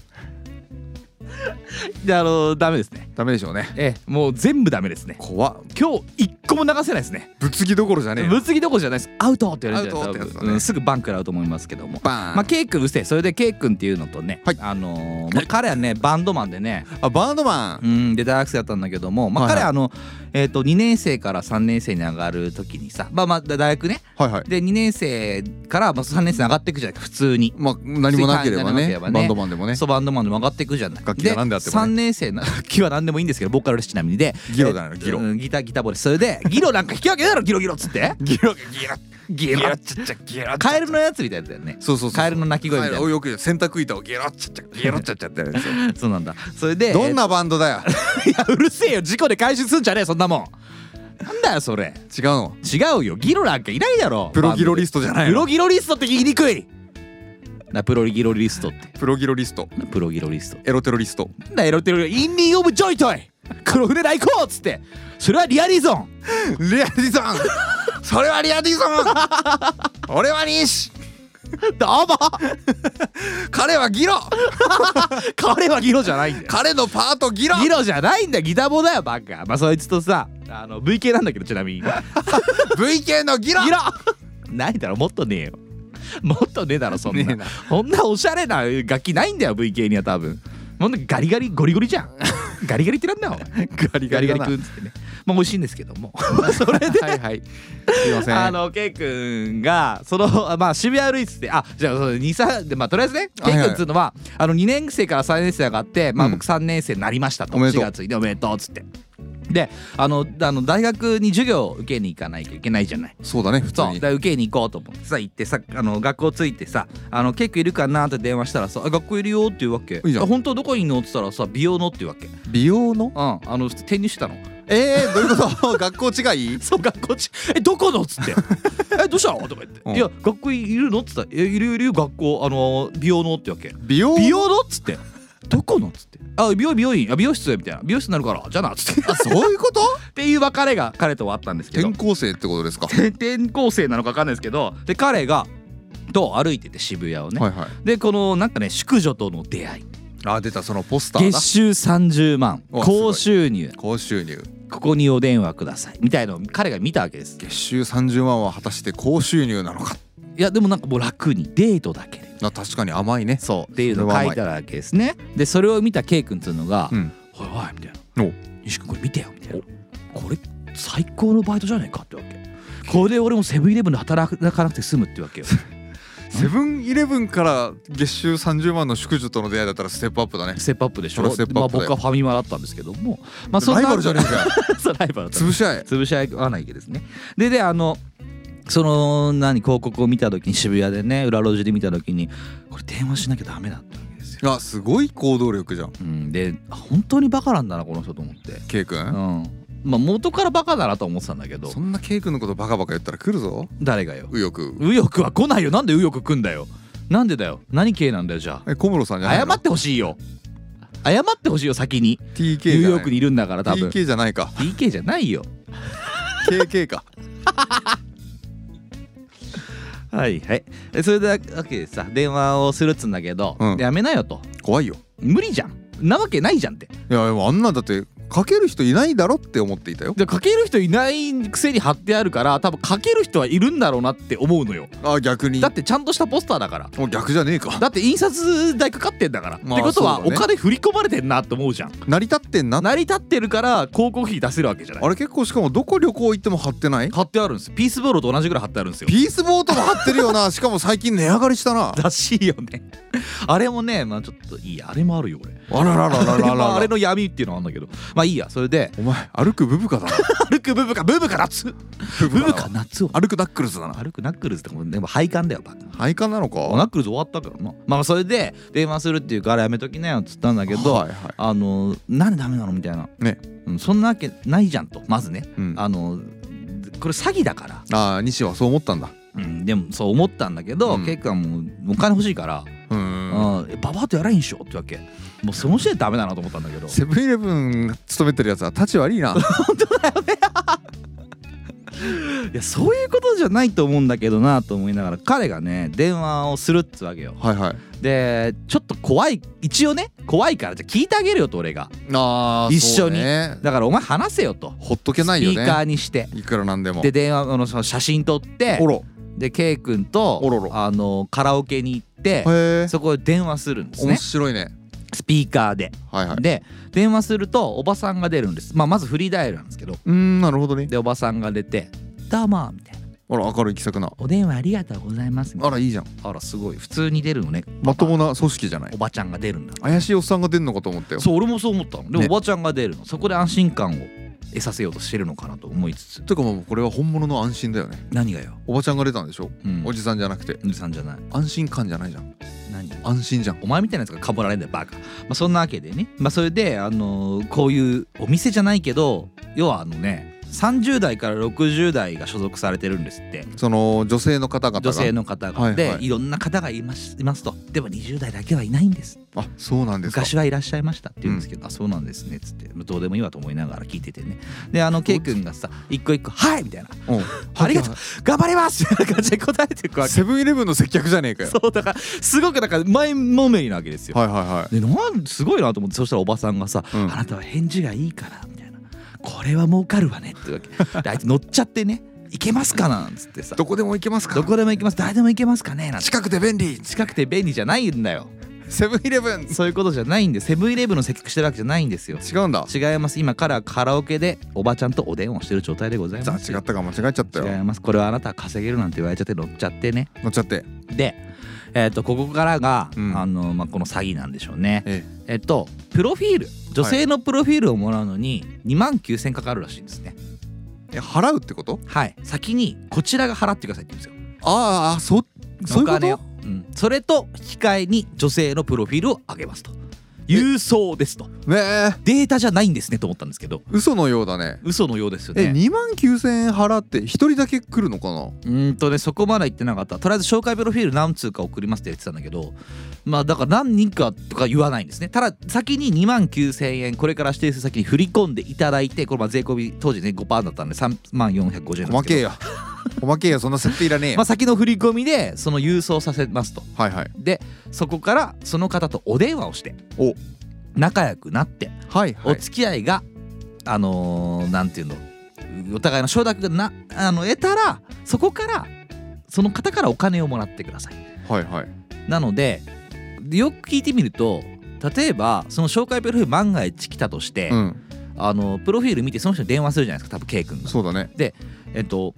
[SPEAKER 2] であのダメですね
[SPEAKER 1] ダメでしょうね
[SPEAKER 2] えーもう全部ダメですね
[SPEAKER 1] 怖っ
[SPEAKER 2] 今日一個も流せないですね
[SPEAKER 1] ぶつぎどころじゃねえよ
[SPEAKER 2] ぶつぎどころじゃないですアウトって言われるんじゃ
[SPEAKER 1] アウ
[SPEAKER 2] ない
[SPEAKER 1] トって
[SPEAKER 2] で
[SPEAKER 1] やつだね
[SPEAKER 2] すか多分うんすぐバン食らうと思いますけども
[SPEAKER 1] バーン、
[SPEAKER 2] まあ、ケイ君うるせえそれでケイ君っていうのとね、
[SPEAKER 1] はい
[SPEAKER 2] あのーまあ、彼はねバンドマンでね
[SPEAKER 1] あバンドマン
[SPEAKER 2] うんで大学生だったんだけども、まあ、
[SPEAKER 1] はいは
[SPEAKER 2] 彼
[SPEAKER 1] い
[SPEAKER 2] はあの、えー、と2年生から3年生に上がる時にさ、まあ、まあ大学ね
[SPEAKER 1] はいはい
[SPEAKER 2] で2年生からまあ3年生に上がっていくじゃないか普通に。
[SPEAKER 1] まあ何もなければ
[SPEAKER 2] 何もなけ
[SPEAKER 1] ね
[SPEAKER 2] ればね
[SPEAKER 1] バンドマンでもね
[SPEAKER 2] そうバンドマンでも上がっていくじゃない
[SPEAKER 1] 楽器が何であってもね
[SPEAKER 2] 3年生の楽器は何でもいいんですけどボーカルですちなみにで
[SPEAKER 1] ギロだよ
[SPEAKER 2] えー
[SPEAKER 1] ギロ
[SPEAKER 2] うんギターギターボールそれでギロなんか引き分けだろギロギロっつって
[SPEAKER 1] ギロギロ
[SPEAKER 2] ギロ
[SPEAKER 1] ちゃちゃギロ
[SPEAKER 2] カエルのやつみたいだよね
[SPEAKER 1] そうそうそう
[SPEAKER 2] カエルの鳴き声みたいな
[SPEAKER 1] カエルおよく洗濯板をギロっちゃちゃギロっちゃちゃってやる やつよ
[SPEAKER 2] そうなんだそれで
[SPEAKER 1] どんなバンドだよ
[SPEAKER 2] いやうるせえよ事故で回収すんじゃねえそんなもんなんだよそれ
[SPEAKER 1] 違うの
[SPEAKER 2] 違うよギロなんかいないだろ
[SPEAKER 1] プロギロリストじゃない
[SPEAKER 2] プロ
[SPEAKER 1] の
[SPEAKER 2] ギロリストって言いにくいなプロギロリストって
[SPEAKER 1] プロギロリスト
[SPEAKER 2] なプロギロリスト
[SPEAKER 1] エロテロリスト
[SPEAKER 2] なんだエロテロインディー・オブ・ジョイトイ黒船来航っつってそれはリアリゾン
[SPEAKER 1] リアディさんそれはリアディさん俺は西
[SPEAKER 2] どうも
[SPEAKER 1] 彼はギロ
[SPEAKER 2] 彼はギロじゃないんだよ
[SPEAKER 1] 彼のパートギロ
[SPEAKER 2] ギロじゃないんだよギタボだよバカまあそいつとさあの VK なんだけどちなみに
[SPEAKER 1] VK のギロ
[SPEAKER 2] ギロ ないだろもっとねえよもっとねえだろそん
[SPEAKER 1] ね
[SPEAKER 2] な
[SPEAKER 1] えな
[SPEAKER 2] こんなおしゃれな楽器ないんだよ VK には多分ほんとガリガリゴリゴリじゃん
[SPEAKER 7] ガリガリってなんだお前ガリ
[SPEAKER 2] ガリガリ
[SPEAKER 7] だ
[SPEAKER 2] 君
[SPEAKER 7] な
[SPEAKER 2] っつってねまあ美味しいんですけどもそれで
[SPEAKER 7] はいはい
[SPEAKER 1] すいません
[SPEAKER 2] あのケイ君がそのあまあ渋谷歩いててあじゃあその二三でまあとりあえずねケイ君っつうのは、あの二年生から三年生上がってまあ
[SPEAKER 1] うん
[SPEAKER 2] 僕三年生になりましたと、
[SPEAKER 1] おめでとう
[SPEAKER 2] 4月にでおめでとうっつってであのあの大学に授業を受けに行かないといけないじゃない
[SPEAKER 1] そうだね普通
[SPEAKER 2] そう
[SPEAKER 1] に
[SPEAKER 2] だから受けに行こうと思ってさ行ってさあの学校着いてさ「あのケイ君いるかな?」って電話したらさあ「学校いるよ」って言うわけ
[SPEAKER 1] いじゃん
[SPEAKER 2] あ本当はどこにいんの?」って言ったらさ「美容の」って言うわけうん
[SPEAKER 1] 美容の
[SPEAKER 2] あの普通転入してたの
[SPEAKER 1] えー、どういうこと学校違い
[SPEAKER 2] そう学校ち「えどこの?」っ つって「えどうしたの?」とか言って「
[SPEAKER 1] うん
[SPEAKER 2] いや学校いるの?」っつったら「いやいるよいるよ学校あの美容の」ってわけ
[SPEAKER 1] 美容
[SPEAKER 2] 「美容の?」っつって「どこの?」っつって「あ美容美容院あ美容室」みたいな「美容室になるからじゃあな」っつって っ
[SPEAKER 1] そういう こと
[SPEAKER 2] ていう別れが彼とはあったんですけど
[SPEAKER 1] 転校生ってことですか
[SPEAKER 2] 転校生なのか分かんないですけどで彼がと歩いてて渋谷をね、
[SPEAKER 1] はいはい
[SPEAKER 2] でこのなんかね淑女との出会い
[SPEAKER 1] あ出たそのポスターだ
[SPEAKER 2] 月収30万
[SPEAKER 1] おすごい
[SPEAKER 2] 高収入
[SPEAKER 1] 高収入
[SPEAKER 2] ここにお電話くださいみたいのを彼が見たわけです
[SPEAKER 1] 月収30万は果たして高収入なのか
[SPEAKER 2] いやでもなんかもう楽にデートだけで
[SPEAKER 1] な確かに甘いね
[SPEAKER 2] そうっていうのを書いてあるわけですねでそれを見た K 君っていうのが
[SPEAKER 1] うん
[SPEAKER 2] 「おいおい」みたい
[SPEAKER 1] お
[SPEAKER 2] な「西君これ見てよ」みたいな「これ最高のバイトじゃねえか」ってわけこれで俺もセブンイレブンで働かなくて済むってわけよ
[SPEAKER 1] セブンイレブンから月収30万の淑女との出会いだったらステップアップだね
[SPEAKER 2] ステップアップでしょ
[SPEAKER 1] それはステップ
[SPEAKER 2] ま
[SPEAKER 1] アッ
[SPEAKER 2] あ、
[SPEAKER 1] プだよ
[SPEAKER 2] 僕はファミマだったんですけども、まあ、
[SPEAKER 1] ライバルじゃねえ
[SPEAKER 2] か
[SPEAKER 1] かよ
[SPEAKER 2] そうライバルだった
[SPEAKER 1] 潰し合え
[SPEAKER 2] 潰し合わないわけですねでであのその何広告を見た時に渋谷でね裏路地で見た時にこれ電話しなきゃダメだってわけですよ、
[SPEAKER 1] あすごい行動力じゃん
[SPEAKER 2] うん、であ本当にバカなんだなこの人と思って、
[SPEAKER 1] K
[SPEAKER 2] う
[SPEAKER 1] 君
[SPEAKER 2] ん、まあ元からバカだなと思ってたんだけど
[SPEAKER 1] そんな K 君のことバカバカ言ったら来るぞ
[SPEAKER 2] 誰がよ
[SPEAKER 1] 右翼
[SPEAKER 2] 右翼は来ないよなんで右翼来んだよなんでだよ何系なんだよじゃ
[SPEAKER 1] え小室さんじゃ
[SPEAKER 2] あ
[SPEAKER 1] ない
[SPEAKER 2] 謝
[SPEAKER 1] の
[SPEAKER 2] ってほしいよ謝ってほしいよ先に
[SPEAKER 1] TK
[SPEAKER 2] ニュ
[SPEAKER 1] じ
[SPEAKER 2] ー
[SPEAKER 1] ゃ
[SPEAKER 2] ヨ
[SPEAKER 1] な
[SPEAKER 2] ー
[SPEAKER 1] い
[SPEAKER 2] クにいるんだから多分
[SPEAKER 1] TK じゃないか
[SPEAKER 2] DK じゃないよ
[SPEAKER 1] KK か
[SPEAKER 2] はいはいえそれでわけでさ電話をするっつうんだけど、
[SPEAKER 1] うん
[SPEAKER 2] やめなよと
[SPEAKER 1] 怖いよ
[SPEAKER 2] 無理じゃんなわけないじゃんって
[SPEAKER 1] いやでもあんなんだってかける人いないだろって思っていたよ
[SPEAKER 2] でかける人いないくせに貼ってあるから多分かける人はいるんだろうなって思うのよ
[SPEAKER 1] あ逆に
[SPEAKER 2] だってちゃんとしたポスターだから
[SPEAKER 1] もう逆じゃねえか
[SPEAKER 2] だって印刷代かかってんだから、
[SPEAKER 1] まあ
[SPEAKER 2] ってことは、
[SPEAKER 1] そうだ
[SPEAKER 2] お
[SPEAKER 1] ね
[SPEAKER 2] 金振り込まれてんなって思うじゃん
[SPEAKER 1] 成り立ってんな
[SPEAKER 2] 成り立ってるから広告費出せるわけじゃない
[SPEAKER 1] あれ結構しかもどこ旅行行っても貼って ない
[SPEAKER 2] 貼ってあるんですピースボールと同じぐらい貼ってあるんですよ
[SPEAKER 1] ピースボートも貼ってるよなしかも最近値上がりしたな
[SPEAKER 2] らしいよねあれもねまあちょっといいやあれもあるよ俺
[SPEAKER 1] あらららららら
[SPEAKER 2] ま ああれの闇っていうのはあんだけどまあいいやそれで
[SPEAKER 1] お前歩くブブカだな
[SPEAKER 2] 歩くブブカブブカ夏
[SPEAKER 1] ブ
[SPEAKER 2] ブブ
[SPEAKER 1] だ
[SPEAKER 2] カ
[SPEAKER 1] な
[SPEAKER 2] 夏を
[SPEAKER 1] 歩くナックルズだな
[SPEAKER 2] 歩くナックルズってもうでも配管だよバカ
[SPEAKER 1] 配管なのか
[SPEAKER 2] ナックルズ終わったからなまあそれで電話するっていうからやめときなよっつったんだけど、
[SPEAKER 1] はいはい
[SPEAKER 2] あのなんでダメなのみたいな、
[SPEAKER 1] ね
[SPEAKER 2] うん、そんなわけないじゃんとまずね、
[SPEAKER 1] うん
[SPEAKER 2] あのこれ詐欺だから、
[SPEAKER 1] ああ西はそう思ったんだ
[SPEAKER 2] うん、でもそう思ったんだけど、
[SPEAKER 1] うん
[SPEAKER 2] 結果もうお金欲しいから、
[SPEAKER 1] うーん
[SPEAKER 2] うんえババアとやらいんしょってわけもうその時点でダメだなと思ったんだけど
[SPEAKER 1] セブンイレブン勤めてるやつは立ち悪 いな
[SPEAKER 2] いやそういうことじゃないと思うんだけどなと思いながら彼がね電話をするっつわけよ
[SPEAKER 1] はいはい
[SPEAKER 2] でちょっと怖い一応ね怖いからじゃあ聞いてあげるよと俺が
[SPEAKER 1] あ
[SPEAKER 2] 一緒に
[SPEAKER 1] そうね
[SPEAKER 2] だからお前話せよと
[SPEAKER 1] ほっとけないよ
[SPEAKER 2] スピーカ
[SPEAKER 1] ね
[SPEAKER 2] ーにして
[SPEAKER 1] いくらなんでも
[SPEAKER 2] で電話あのその写真撮って
[SPEAKER 1] おろ
[SPEAKER 2] で K 君と
[SPEAKER 1] おろろ
[SPEAKER 2] あのカラオケに行って
[SPEAKER 1] へえ
[SPEAKER 2] そこで電話するんです
[SPEAKER 1] 面
[SPEAKER 2] ね
[SPEAKER 1] 白いね
[SPEAKER 2] スピーカーで、
[SPEAKER 1] はいはい
[SPEAKER 2] で電話するとおばさんが出るんです、まあ、まずフリーダイヤルなんですけど
[SPEAKER 1] うーんなるほどね
[SPEAKER 2] でおばさんが出て「どうも」みたいな
[SPEAKER 1] あら明るい気さくな
[SPEAKER 2] 「お電話ありがとうございます」みた
[SPEAKER 1] あ
[SPEAKER 2] いな
[SPEAKER 1] らいいじゃん
[SPEAKER 2] あらすごい普通に出るのね
[SPEAKER 1] まともな組織じゃない
[SPEAKER 2] おばちゃんが出るんだ
[SPEAKER 1] 怪しいおっさんが出んのかと思ったよ
[SPEAKER 2] そう俺もそう思ったので、
[SPEAKER 1] ね
[SPEAKER 2] おばちゃんが出るのそこで安心感を得させようとしてるのかなと思いつつ
[SPEAKER 1] てかもうこれは本物の安心だよね
[SPEAKER 2] 何がよ、
[SPEAKER 1] おばちゃんが出たんでしょ
[SPEAKER 2] うん、
[SPEAKER 1] おじさんじゃなくて
[SPEAKER 2] おじさんじゃない
[SPEAKER 1] 安心感じゃないじゃん
[SPEAKER 2] 何
[SPEAKER 1] 安心じゃん
[SPEAKER 2] お前みたいなやつがかぶられんだよバカ、まあ、そんなわけでね、まあ、それで、あのーこういうお店じゃないけど要はあのね30代から60代が所属されてるんですって
[SPEAKER 1] その女性の方々が
[SPEAKER 2] 女性の方が、
[SPEAKER 1] はいはい
[SPEAKER 2] でいろんな方がいますいますとでも20代だけはいないんです
[SPEAKER 1] あそうなんですか
[SPEAKER 2] 昔はいらっしゃいましたって言うんですけど、あそうなんですねっつってどうでもいいわと思いながら聞いててねであの K 君がさ一個一個「はい!」みたいな
[SPEAKER 1] うん
[SPEAKER 2] 「ありがとう頑張ります!」みたいな感じで答えていくわけ
[SPEAKER 1] セブンイレブンの接客じゃねえかよ
[SPEAKER 2] そうだからすごくなんか前もめりなわけですよ
[SPEAKER 1] はいはいは
[SPEAKER 2] でなんすごいなと思ってそしたらおばさんがさ「
[SPEAKER 1] うん
[SPEAKER 2] あなたは返事がいいから」みたいな「これは儲かるわね」ってわ けであいつ乗っちゃってね「行けますか?」なんつってさ
[SPEAKER 1] いどこでも行けます
[SPEAKER 2] 「
[SPEAKER 1] か
[SPEAKER 2] どこでも行けます誰でも行けますかね」なんて
[SPEAKER 1] 近くで便利
[SPEAKER 2] 近くて便利じゃないんだよ
[SPEAKER 1] セブンイレブン
[SPEAKER 2] そういうことじゃないんでセブンイレブンの接客してるわけじゃないんですよ
[SPEAKER 1] 違うんだ
[SPEAKER 2] 違います今からカラオケでおばちゃんとおでんをしてる状態でござい
[SPEAKER 1] さ
[SPEAKER 2] ま
[SPEAKER 1] あ
[SPEAKER 2] す
[SPEAKER 1] 違ったか間違えちゃった
[SPEAKER 2] 違い
[SPEAKER 1] よ
[SPEAKER 2] ますこれはあなたは稼げるなんて言われちゃって乗っちゃってね
[SPEAKER 1] 乗っちゃって
[SPEAKER 2] でえっ、とここからが、
[SPEAKER 1] うん
[SPEAKER 2] あのまあ、この詐欺なんでしょうね
[SPEAKER 1] え
[SPEAKER 2] えっとプロフィール女性のプロフィールをもらうのに2万9000かかるらしいんですね
[SPEAKER 1] え払うってこと
[SPEAKER 2] はい先にこちらが払ってくださいって言うんですよ
[SPEAKER 1] あああそそういうこ
[SPEAKER 2] お金を
[SPEAKER 1] と
[SPEAKER 2] うん、それと引き換えに女性のプロフィールをあげますと郵送ですと
[SPEAKER 1] ねえ
[SPEAKER 2] データじゃないんですねと思ったんですけど
[SPEAKER 1] 嘘のようだね
[SPEAKER 2] 嘘のようですよ
[SPEAKER 1] え
[SPEAKER 2] ね
[SPEAKER 1] 2万9000円払って1人だけ来るのかな
[SPEAKER 2] うーんとねそこまで言ってなかったとりあえず紹介プロフィール何通か送りますって言ってたんだけどまあだから何人かとか言わないんですねただ先に2万9000円これから指定する先に振り込んでいただいてこれまあ税込み当時ね5%だったんで3万450円なんですけど
[SPEAKER 1] 細けえや細けえやそんな設定いらねえよ
[SPEAKER 2] まあ、先の振り込みでその郵送させますと
[SPEAKER 1] はいはい
[SPEAKER 2] でそこからその方とお電話をして
[SPEAKER 1] お
[SPEAKER 2] 仲良くなって
[SPEAKER 1] はい
[SPEAKER 2] お
[SPEAKER 1] はい
[SPEAKER 2] 付き合いが、あのーなんていうのお互いの承諾がなあの得たらそこからその方からお金をもらってください
[SPEAKER 1] はいはい
[SPEAKER 2] なのでよく聞いてみると例えばその紹介プロフィール万が一来たとして、
[SPEAKER 1] うん
[SPEAKER 2] あのプロフィール見てその人に電話するじゃないですか多分 K 君が
[SPEAKER 1] そうだね
[SPEAKER 2] えっと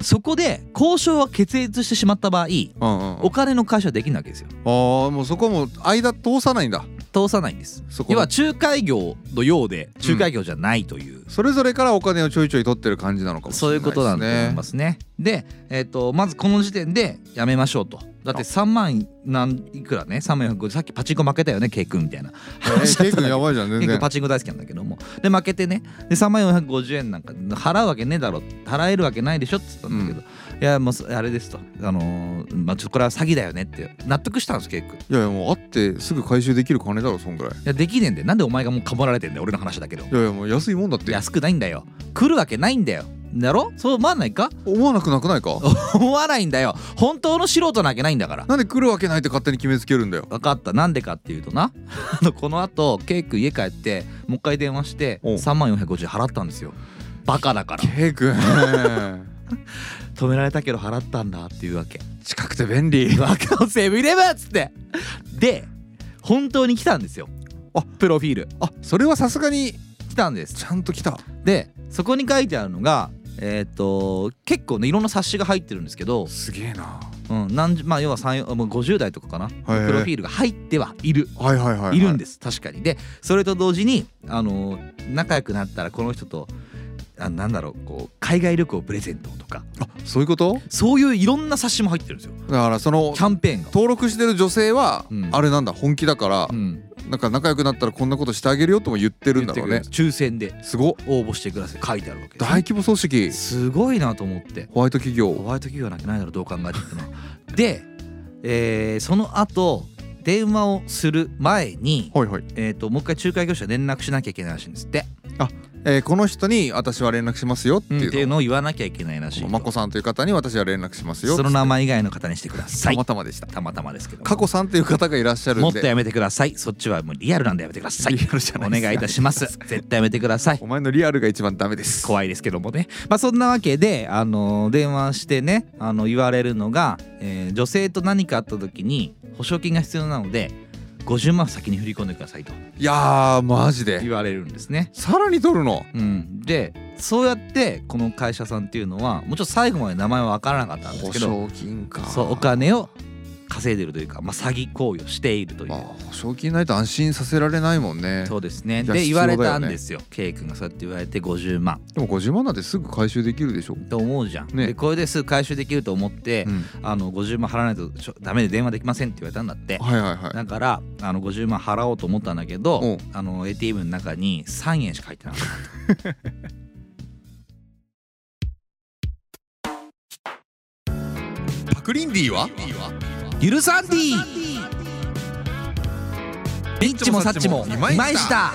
[SPEAKER 2] そこで交渉が決裂してしまった場合
[SPEAKER 1] うんうん
[SPEAKER 2] お金の返しはできないわけですよ
[SPEAKER 1] ああもうそこはもう間通さないんだ
[SPEAKER 2] 通さないんです
[SPEAKER 1] そこ
[SPEAKER 2] 要
[SPEAKER 1] の
[SPEAKER 2] は仲介業のようで仲介業じゃないという、
[SPEAKER 1] それぞれからお金をちょいちょい取ってる感じなのかもしれ
[SPEAKER 2] そう
[SPEAKER 1] ないいうですね
[SPEAKER 2] ことなんだと思いますね。で、えっとまずこの時点でやめましょうと。だって3万なんいくらね3万450さっきパチンコ負けたよね K 君みたいな。
[SPEAKER 1] えーケイ君やばいじゃん全
[SPEAKER 2] K 君
[SPEAKER 1] 然
[SPEAKER 2] パチンコ大好きなんだけどもで負けてねで3万450円なんか払うわけねえだろ払えるわけないでしょっつったんだけど、いやもうそあれですとあのーまあちょっとこれは詐欺だよねって納得したんです K 君。い
[SPEAKER 1] いやいやもう会ってすぐ回収できる金だろそんぐらい
[SPEAKER 2] やできねえんでなんでお前がもうかもられてんだよ俺の話だけど
[SPEAKER 1] いやいやもう安いもんだって
[SPEAKER 2] 安くないんだよ来るわけないんだよだろそう思わないか
[SPEAKER 1] 思わなくなくないか
[SPEAKER 2] 思わないんだよ本当の素人なわけないんだから
[SPEAKER 1] なんで来るわけないって勝手に決めつけるんだよ
[SPEAKER 2] 分かったなんでかっていうとな あのこのあとケイ君家帰ってもう一回電話して
[SPEAKER 1] おう
[SPEAKER 2] 3万450円払ったんですよバカだから
[SPEAKER 1] ケイ君
[SPEAKER 2] 止められたけど払ったんだっていうわけ
[SPEAKER 1] 近くて便利
[SPEAKER 2] バカをセブンイレブンっつってで本当に来たんですよあプロフィール
[SPEAKER 1] あ それはさすがに
[SPEAKER 2] 来たんです
[SPEAKER 1] ちゃんと来た
[SPEAKER 2] でそこに書いてあるのがえっ、と結構ねいろんな冊子が入ってるんですけど、
[SPEAKER 1] すげえな
[SPEAKER 2] うん、何十まあ要は3 4もう50代とかかなプロ
[SPEAKER 1] へえ
[SPEAKER 2] フィールが入ってはいる
[SPEAKER 1] はいはいはいはい
[SPEAKER 2] るんです確かにでそれと同時にあの仲良くなったらこの人とあなんだろうこう海外旅行プレゼントとか
[SPEAKER 1] あそういうこと
[SPEAKER 2] そういういろんな冊子も入ってるんですよ
[SPEAKER 1] だからその
[SPEAKER 2] キャンペーンが。
[SPEAKER 1] 登録してる女性は、
[SPEAKER 2] うん
[SPEAKER 1] あれなんだ本気だから、
[SPEAKER 2] うん、
[SPEAKER 1] なんか仲良くなったらこんなことしてあげるよとも言ってるんだろう
[SPEAKER 2] 言
[SPEAKER 1] ね
[SPEAKER 2] ってくれる抽選です
[SPEAKER 1] ごっ
[SPEAKER 2] 応募してください書いてあるわけ
[SPEAKER 1] 大規模組織
[SPEAKER 2] すごいなと思って
[SPEAKER 1] ホワイト企業
[SPEAKER 2] ホワイト企業なきゃないだろどう考えてもで、えーその後電話をする前に、
[SPEAKER 1] はいはい、
[SPEAKER 2] えー、ともう一回仲介業者に連絡しなきゃいけないらしいんですって
[SPEAKER 1] えーこの人に私は連絡しますよって
[SPEAKER 2] ってい
[SPEAKER 1] いう
[SPEAKER 2] う
[SPEAKER 1] の
[SPEAKER 2] のを言わなきゃいけないらしいよ
[SPEAKER 1] まこさんという方に私は連絡しますよ
[SPEAKER 2] その名
[SPEAKER 1] 前
[SPEAKER 2] 前以外の方にしてくださ
[SPEAKER 1] た
[SPEAKER 2] い
[SPEAKER 1] またまでした
[SPEAKER 2] たまたまですけども
[SPEAKER 1] 過去さんという方がいらっしゃるんで
[SPEAKER 2] もっとやめてくださいそっちはもうリアルなんでやめてください
[SPEAKER 1] リアルじゃない
[SPEAKER 2] お
[SPEAKER 1] です
[SPEAKER 2] 願いいたします絶対やめてください
[SPEAKER 1] お前のリアルが一番ダメです
[SPEAKER 2] 怖いですけどもねまあそんなわけで、あのー電話してね、あの言われるのが、えー女性と何かあった時に保証金が必要なので50万先に振り込んでくださいと
[SPEAKER 1] いやーマジで
[SPEAKER 2] 言われるんですね
[SPEAKER 1] さらに取るの
[SPEAKER 2] うん、でそうやってこの会社さんっていうのはもちろん最後まで名前は分からなかったんです
[SPEAKER 1] 保
[SPEAKER 2] けど
[SPEAKER 1] 証金か
[SPEAKER 2] そうお金を稼いでるというか、まあ、詐欺行為をしているという
[SPEAKER 1] まあ保証金ないと安心させられないもんね
[SPEAKER 2] そうですね。
[SPEAKER 1] いや
[SPEAKER 2] で
[SPEAKER 1] 必
[SPEAKER 2] 言
[SPEAKER 1] 要だ
[SPEAKER 2] われ
[SPEAKER 1] よね
[SPEAKER 2] たんですよ。K 君がそうやって言われて50万
[SPEAKER 1] でも50万なんてすぐ回収できるでしょ、
[SPEAKER 2] と思うじゃん。
[SPEAKER 1] ね
[SPEAKER 2] でこれですぐ回収できると思って、
[SPEAKER 1] うん
[SPEAKER 2] あの50万払わないとちょダメで電話できませんって言われたんだって。
[SPEAKER 1] はいはいはい
[SPEAKER 2] だからあの50万払おうと思ったんだけ
[SPEAKER 1] う
[SPEAKER 2] ど
[SPEAKER 1] ん
[SPEAKER 2] あの ATM の中に3円しか入ってなかった
[SPEAKER 1] パクリンディは
[SPEAKER 2] ゆるサンディリッチもサッチも
[SPEAKER 1] 二枚舌
[SPEAKER 2] 今井下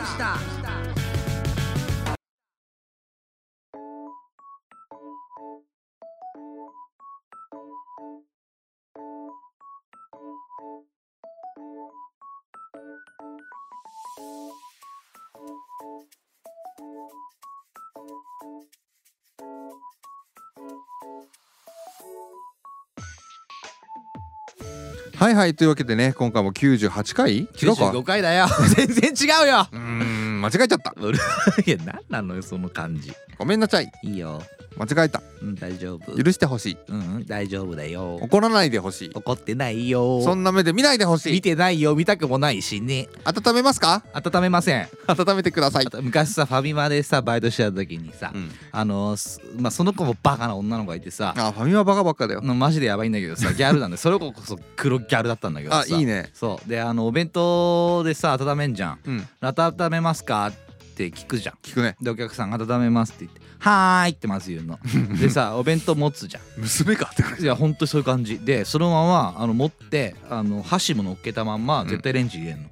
[SPEAKER 1] はいはいというわけでね今回も98回違うか
[SPEAKER 2] 95回だよ 全然違うよ
[SPEAKER 1] うーん間違えちゃった
[SPEAKER 2] うるいや何なのよその感じ
[SPEAKER 1] ごめんなさい
[SPEAKER 2] いいよ、
[SPEAKER 1] 間違えた
[SPEAKER 2] うん、大丈夫
[SPEAKER 1] 許してほしい
[SPEAKER 2] うんうん大丈夫だよ
[SPEAKER 1] 怒らないでほしい
[SPEAKER 2] 怒ってないよ
[SPEAKER 1] そんな目で見ないでほし
[SPEAKER 2] 見
[SPEAKER 1] い
[SPEAKER 2] てないよ見たくもないしね
[SPEAKER 1] 温めますか
[SPEAKER 2] 温めません
[SPEAKER 1] 温めてください
[SPEAKER 2] あと昔さファミマでさバイトしてた時にさ、
[SPEAKER 1] うん
[SPEAKER 2] あのすまあ、その子もバカな女の子がいてさ
[SPEAKER 1] あファミマバカばっかだよ
[SPEAKER 2] のマジでやばいんだけ どさギャルなんでそれこそ黒ギャルだったんだけど
[SPEAKER 1] あ
[SPEAKER 2] さ
[SPEAKER 1] いいね
[SPEAKER 2] そうであのお弁当でさ温めんじゃん
[SPEAKER 1] うん
[SPEAKER 2] 「温めますか?」って聞くじゃん
[SPEAKER 1] 聞くね
[SPEAKER 2] でお客さん「温めます」って言って「はーい」ってまず言 うのでさお弁当持つじゃん
[SPEAKER 1] 娘かって感
[SPEAKER 2] いやほんとそういう感じでそのままあの持ってあの箸も乗っけたまんま
[SPEAKER 1] ん
[SPEAKER 2] 絶対レンジ入 れんの、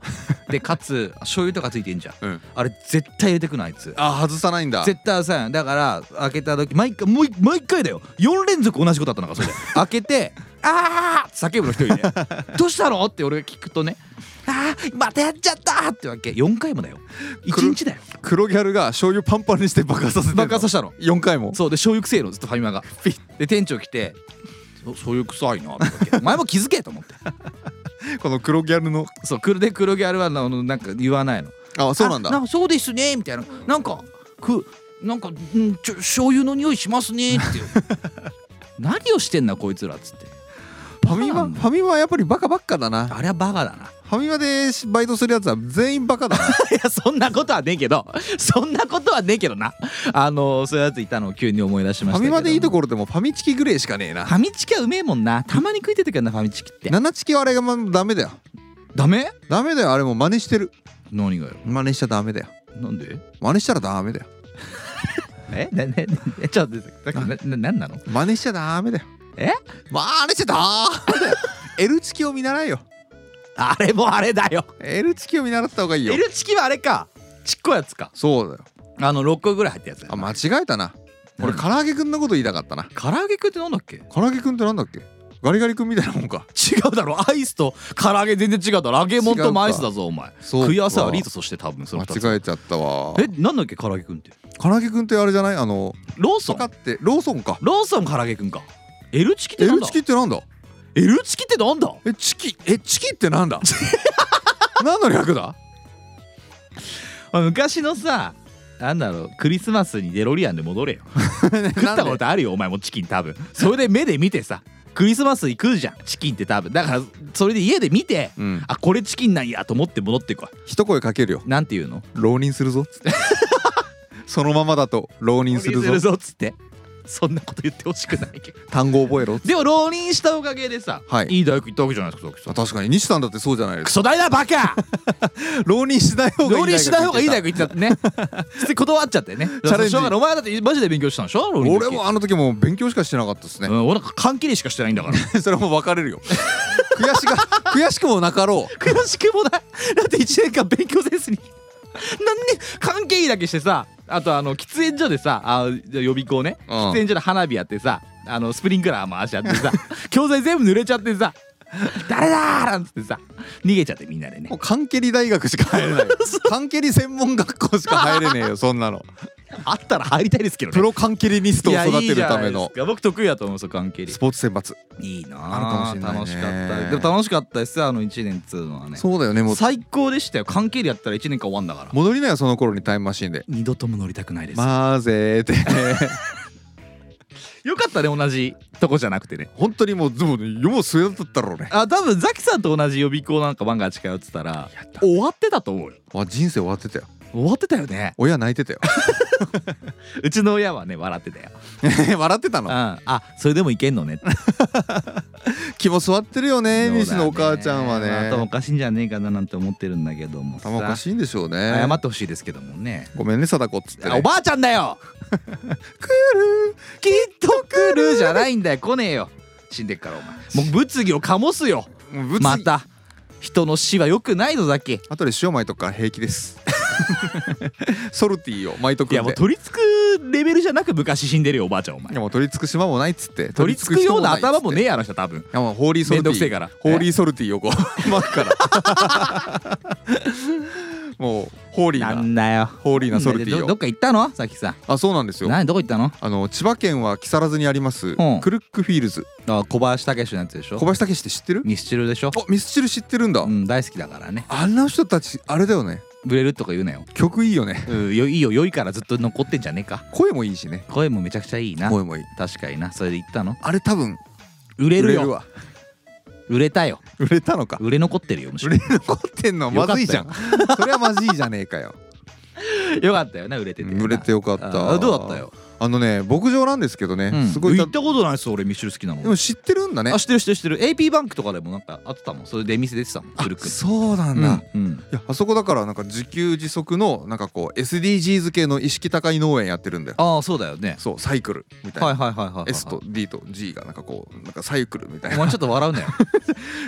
[SPEAKER 2] でかつ醤油とかついてんじゃん、
[SPEAKER 1] うん
[SPEAKER 2] あれ絶対入れてくのあいつ
[SPEAKER 1] あ外さないんだ
[SPEAKER 2] 絶対さだから開けた時毎回もう一毎回だよ4連続同じことあったのかそ れで開けて「ああ!」叫ぶの一人で 「どうしたの?」って俺が聞くとね「ああまたやっちゃった!」ってわけ4回もだよ1日だよ
[SPEAKER 1] 黒ギャルが醤油パンパンにして爆破させて
[SPEAKER 2] 爆発さ
[SPEAKER 1] せ
[SPEAKER 2] せたの
[SPEAKER 1] 4回も
[SPEAKER 2] そうで醤油くせえのずっとファミマがで店長来て「そ醤油臭いな」ってわけお前も気づけと思って
[SPEAKER 1] この黒ギャルの
[SPEAKER 2] そう黒で黒ギャルはあのなんか言わないの
[SPEAKER 1] あそうなん
[SPEAKER 2] あ
[SPEAKER 1] だ
[SPEAKER 2] かそうですねみたいななんかくなんかんちょ醤油の匂いしますね っていう何をしてんなこいつらっつって
[SPEAKER 1] ファミマ
[SPEAKER 2] バカなん
[SPEAKER 1] フ
[SPEAKER 2] だ
[SPEAKER 1] ァミマはやっぱりバカばっかだな
[SPEAKER 2] あれはバカだな
[SPEAKER 1] ファミマでバイトするやつは全員バカだな
[SPEAKER 2] いやそんなことはねえけどそんなことはねえけどなあのそういうやついたのを急に思い出しま
[SPEAKER 1] ファ
[SPEAKER 2] したけ
[SPEAKER 1] ミ
[SPEAKER 2] ど
[SPEAKER 1] マでいいと
[SPEAKER 2] こ
[SPEAKER 1] ころでもファミチキぐらいしかねえな
[SPEAKER 2] ファミチキはうめえもんなたまに食いてたけどなファミチキって
[SPEAKER 1] 七チキはあれがまダメだよ
[SPEAKER 2] ダメ
[SPEAKER 1] ダメだよあれもう真似してる
[SPEAKER 2] 何がよ
[SPEAKER 1] 真似しちゃダメだよ
[SPEAKER 2] なんで
[SPEAKER 1] 真似したらダメだよ
[SPEAKER 2] えなななちょっと待ってなななんなの
[SPEAKER 1] 真似しちゃダメだよ
[SPEAKER 2] え
[SPEAKER 1] 真似しちゃダメだよ L チキを見習えよ
[SPEAKER 2] あれもあれだよ
[SPEAKER 1] L チキを見習った方がいいよ
[SPEAKER 2] L チキはあれかちっこいやつか
[SPEAKER 1] そうだよ
[SPEAKER 2] あの6個ぐらい入ったやつだよ
[SPEAKER 1] あ間違えたな俺
[SPEAKER 2] 何
[SPEAKER 1] 唐揚げくんのこと言いたかったな
[SPEAKER 2] 唐揚げ食ってなんだっけ違
[SPEAKER 1] 唐揚げくんってなんだっけガリガリくんみたいなもんか
[SPEAKER 2] うだろアイスと唐揚げ全然違うだろ揚げもんともアイスだぞお前
[SPEAKER 1] そうか
[SPEAKER 2] 食い合わせはリードそして多分その2つ
[SPEAKER 1] 間違えちゃったわ
[SPEAKER 2] えなんだっけ唐揚げくんって
[SPEAKER 1] 唐揚げくんってあれじゃないあの
[SPEAKER 2] ローソ
[SPEAKER 1] とか
[SPEAKER 2] ン
[SPEAKER 1] ってローソンか
[SPEAKER 2] ローソン唐揚げくんか L チキってなん
[SPEAKER 1] L
[SPEAKER 2] だ
[SPEAKER 1] チキってなんだ
[SPEAKER 2] L チキってなんだ
[SPEAKER 1] えチキえチキってなんだ 何の略だ
[SPEAKER 2] 昔のさなんだろうクリスマスにデロリアンで戻れよ 食ったことあるよお前もチキン多分それで目で見てさクリスマスに食うじゃんチキンって多分だからそれで家で見て、
[SPEAKER 1] うん
[SPEAKER 2] あこれチキンなんやと思って戻ってこい
[SPEAKER 1] 一声かけるよ
[SPEAKER 2] なんていうの
[SPEAKER 1] 浪人するぞ つってそのままだと浪人するぞ
[SPEAKER 2] っつってそんなこと言ってほしくないけど
[SPEAKER 1] 単語覚えろ
[SPEAKER 2] でも浪人したおかげでさ、
[SPEAKER 1] はい
[SPEAKER 2] い大学行ったわけじゃないですかさっきさ
[SPEAKER 1] あ確かに西さんだってそうじゃないで
[SPEAKER 2] ク
[SPEAKER 1] す
[SPEAKER 2] ソ大なバ
[SPEAKER 1] か
[SPEAKER 2] カ
[SPEAKER 1] 浪人しない方がいい
[SPEAKER 2] 浪人しない方がいい大
[SPEAKER 1] 学
[SPEAKER 2] 学行ってた ね普通に断っちゃってね
[SPEAKER 1] チャレンジ
[SPEAKER 2] しょうがないお前だってマジで勉強したんでしょ浪人の時
[SPEAKER 1] 俺もあの時もう勉強しかしてなかったですね
[SPEAKER 2] うん、俺なんか缶切りしかしてないんだか ら
[SPEAKER 1] それも別れるよ悔しが悔しくもなかろう
[SPEAKER 2] 悔しくもないだって1年間勉強せずに何に缶切りだけしてさあとあの喫煙所でさあ予備校ね、
[SPEAKER 1] うん
[SPEAKER 2] 喫煙所で花火やってさあのスプリンクラー回しちゃって さ教材全部濡れちゃってさ誰だーなんつってさ逃げちゃってみんなでね
[SPEAKER 1] もう関係り大学しか入れ ないよ関係り専門学校しか入れねえよそんなの
[SPEAKER 2] あったら入りたいですけどね
[SPEAKER 1] プロ関係りニストを
[SPEAKER 2] いや
[SPEAKER 1] 育て
[SPEAKER 2] いいじ
[SPEAKER 1] る
[SPEAKER 2] ゃ
[SPEAKER 1] た
[SPEAKER 2] な
[SPEAKER 1] め
[SPEAKER 2] いで
[SPEAKER 1] の
[SPEAKER 2] すか僕得意だと思うんですよ関係り
[SPEAKER 1] スポーツ選抜
[SPEAKER 2] いいな
[SPEAKER 1] あ
[SPEAKER 2] あ
[SPEAKER 1] るかも
[SPEAKER 2] 楽
[SPEAKER 1] し
[SPEAKER 2] し
[SPEAKER 1] れ
[SPEAKER 2] か
[SPEAKER 1] ないね
[SPEAKER 2] ったでも楽しかったですよあの1年っつうのはね
[SPEAKER 1] そうだよねもう
[SPEAKER 2] 最高でしたよ関係りやったら1年間終わんだから
[SPEAKER 1] 戻りなよその頃にタイムマシンで
[SPEAKER 2] 二度とも乗りたくないで
[SPEAKER 1] 混ぜ て
[SPEAKER 2] よかったね同じとこじゃなくてね
[SPEAKER 1] 本当にもうズボンよも末だったろうね
[SPEAKER 2] あ多分ザキさんと同じ予備校なんか万が一通ってたら終わってたと思うよ
[SPEAKER 1] あ人生終わってたよ
[SPEAKER 2] 終わってたよね
[SPEAKER 1] 親泣いて たよ
[SPEAKER 2] うちの親はね笑ってたよ、
[SPEAKER 1] 笑ってた
[SPEAKER 2] うん、
[SPEAKER 1] の
[SPEAKER 2] あそれでもいけんのねって
[SPEAKER 1] 肝座ってるよね西のお母ちゃんは
[SPEAKER 2] 頭お
[SPEAKER 1] ね
[SPEAKER 2] かしいんじゃねえかななんて思ってるんだけどもさ
[SPEAKER 1] 頭おかしいんでしょうね
[SPEAKER 2] 謝ってほしいですけどもね
[SPEAKER 1] ごめんね貞子っつって、
[SPEAKER 2] あおばあちゃんだ よ来るきっと来るじゃないんだよ来ねえよ死んでっからお前もう物議を醸すよ
[SPEAKER 1] もう物理
[SPEAKER 2] また人の死は良くないのだけ
[SPEAKER 1] 後で塩巻いとくから平気です ソルティーを巻いとくん
[SPEAKER 2] い
[SPEAKER 1] で
[SPEAKER 2] やもう取り付くレベルじゃなく昔死んでるよおばあちゃんお前
[SPEAKER 1] いやもう取り付く島もないっつって
[SPEAKER 2] 取り付くような頭もね
[SPEAKER 1] いっつって
[SPEAKER 2] えやろしゃ多分
[SPEAKER 1] いやもうホーリーソルティー
[SPEAKER 2] めんどくせえから
[SPEAKER 1] ホーリーソルティーをこう巻くから もうホーリー
[SPEAKER 2] な
[SPEAKER 1] なん
[SPEAKER 2] だよ
[SPEAKER 1] ホーリーなソルティ
[SPEAKER 2] どどっ
[SPEAKER 1] を
[SPEAKER 2] か行ったのさっきさん
[SPEAKER 1] あそうなんですよ
[SPEAKER 2] 何どこ行ったの
[SPEAKER 1] あの千葉県は木更津にあります、
[SPEAKER 2] うん
[SPEAKER 1] クルックフィールズ
[SPEAKER 2] あ小林武史のやつでし
[SPEAKER 1] 小
[SPEAKER 2] ょ
[SPEAKER 1] 林武史って知ってる
[SPEAKER 2] ミスチルでしょ
[SPEAKER 1] あミスチル知ってるんだ、
[SPEAKER 2] うん大好きだからね
[SPEAKER 1] あんな人たちあれだよね
[SPEAKER 2] 売れるとか言うなよ
[SPEAKER 1] 曲いいよね
[SPEAKER 2] うんよいいよ良いからずっと残ってんじゃねえか
[SPEAKER 1] 声もいいしね
[SPEAKER 2] 声もめちゃくちゃいいな
[SPEAKER 1] 声もいい
[SPEAKER 2] 確かになそれで行ったの
[SPEAKER 1] あれ多分
[SPEAKER 2] 売れ
[SPEAKER 1] 売
[SPEAKER 2] る
[SPEAKER 1] れ
[SPEAKER 2] よ売
[SPEAKER 1] る
[SPEAKER 2] れ
[SPEAKER 1] わ
[SPEAKER 2] たよ
[SPEAKER 1] 売れたのか
[SPEAKER 2] 売れ残ってるよむし
[SPEAKER 1] 売
[SPEAKER 2] ろ
[SPEAKER 1] れ残ってんのまずいじゃんそれはまずいじゃねえかよ
[SPEAKER 2] よかったよな売れてて
[SPEAKER 1] 売れてよかった
[SPEAKER 2] あどうだったよ、
[SPEAKER 1] あのね牧場なんですけどね、
[SPEAKER 2] うん
[SPEAKER 1] すごいた
[SPEAKER 2] 行
[SPEAKER 1] で
[SPEAKER 2] ったことないっす俺ミスチル好きなの
[SPEAKER 1] も知ってるんだね
[SPEAKER 2] あ知ってる知ってる知ってる AP バンクとかでもなんかあってたもんそれで店出てたもん
[SPEAKER 1] あ
[SPEAKER 2] フル君
[SPEAKER 1] そうなんだ、い
[SPEAKER 2] うんうん
[SPEAKER 1] やあそこだからなんか自給自足のなんかこう SDGs 系の意識高い農園やってるんだよ
[SPEAKER 2] ああそうだよね
[SPEAKER 1] そうサイクルみたいな、
[SPEAKER 2] はいはいはいはいはい
[SPEAKER 1] S と D と G がなんかこうなんかサイクルみたい
[SPEAKER 2] お
[SPEAKER 1] な
[SPEAKER 2] 前ちょっと笑うなよ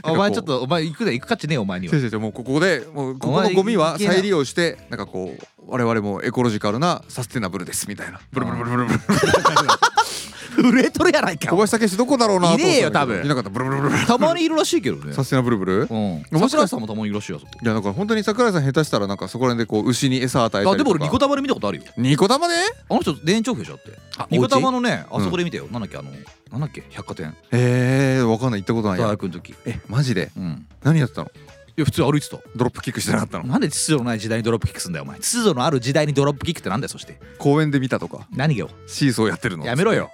[SPEAKER 2] お前ちょっとお前行くで行く価値ねえよお前には
[SPEAKER 1] 先生もうここでもうこ
[SPEAKER 2] お
[SPEAKER 1] この
[SPEAKER 2] 前
[SPEAKER 1] ゴミはい
[SPEAKER 2] けない
[SPEAKER 1] 再利用してなんかこう我々もエコロジカルなサステナブルですみたいなブルブルブルブルブル
[SPEAKER 2] 売れとるやない
[SPEAKER 1] 小
[SPEAKER 2] か
[SPEAKER 1] 林武史どこだろうなと思ったんだけど
[SPEAKER 2] いねえよ多分
[SPEAKER 1] いなかったブルブルブルブル
[SPEAKER 2] たまにいるらしいけどね
[SPEAKER 1] サステナブルブル
[SPEAKER 2] うん
[SPEAKER 1] もしか
[SPEAKER 2] 桜井さんもたまにいるらしいよあそこ
[SPEAKER 1] いやだから本当に桜井さん下手したらなんかそこら辺でこう牛に餌与えたりとか
[SPEAKER 2] あでも俺ニコ玉で見たことあるよ
[SPEAKER 1] ニコ玉で
[SPEAKER 2] あの人田園調布でしょだって
[SPEAKER 1] あ
[SPEAKER 2] ニコ玉
[SPEAKER 1] の
[SPEAKER 2] のね
[SPEAKER 1] うん
[SPEAKER 2] あそこで見たよ、なんだっけあのなんだっけ百貨店
[SPEAKER 1] ええー、わかんない行ったことない
[SPEAKER 2] 大
[SPEAKER 1] や
[SPEAKER 2] 学の時
[SPEAKER 1] えマジで
[SPEAKER 2] うん
[SPEAKER 1] 何やってたの
[SPEAKER 2] いや普通に歩いてた
[SPEAKER 1] ドロップキックしてなかったの
[SPEAKER 2] なんで秩序のない時代にドロップキックすんだよお前秩序のある時代にドロップキックってなんだよそして
[SPEAKER 1] 公園で見たとか
[SPEAKER 2] 何がよ
[SPEAKER 1] シーソーやってるの
[SPEAKER 2] やめろよ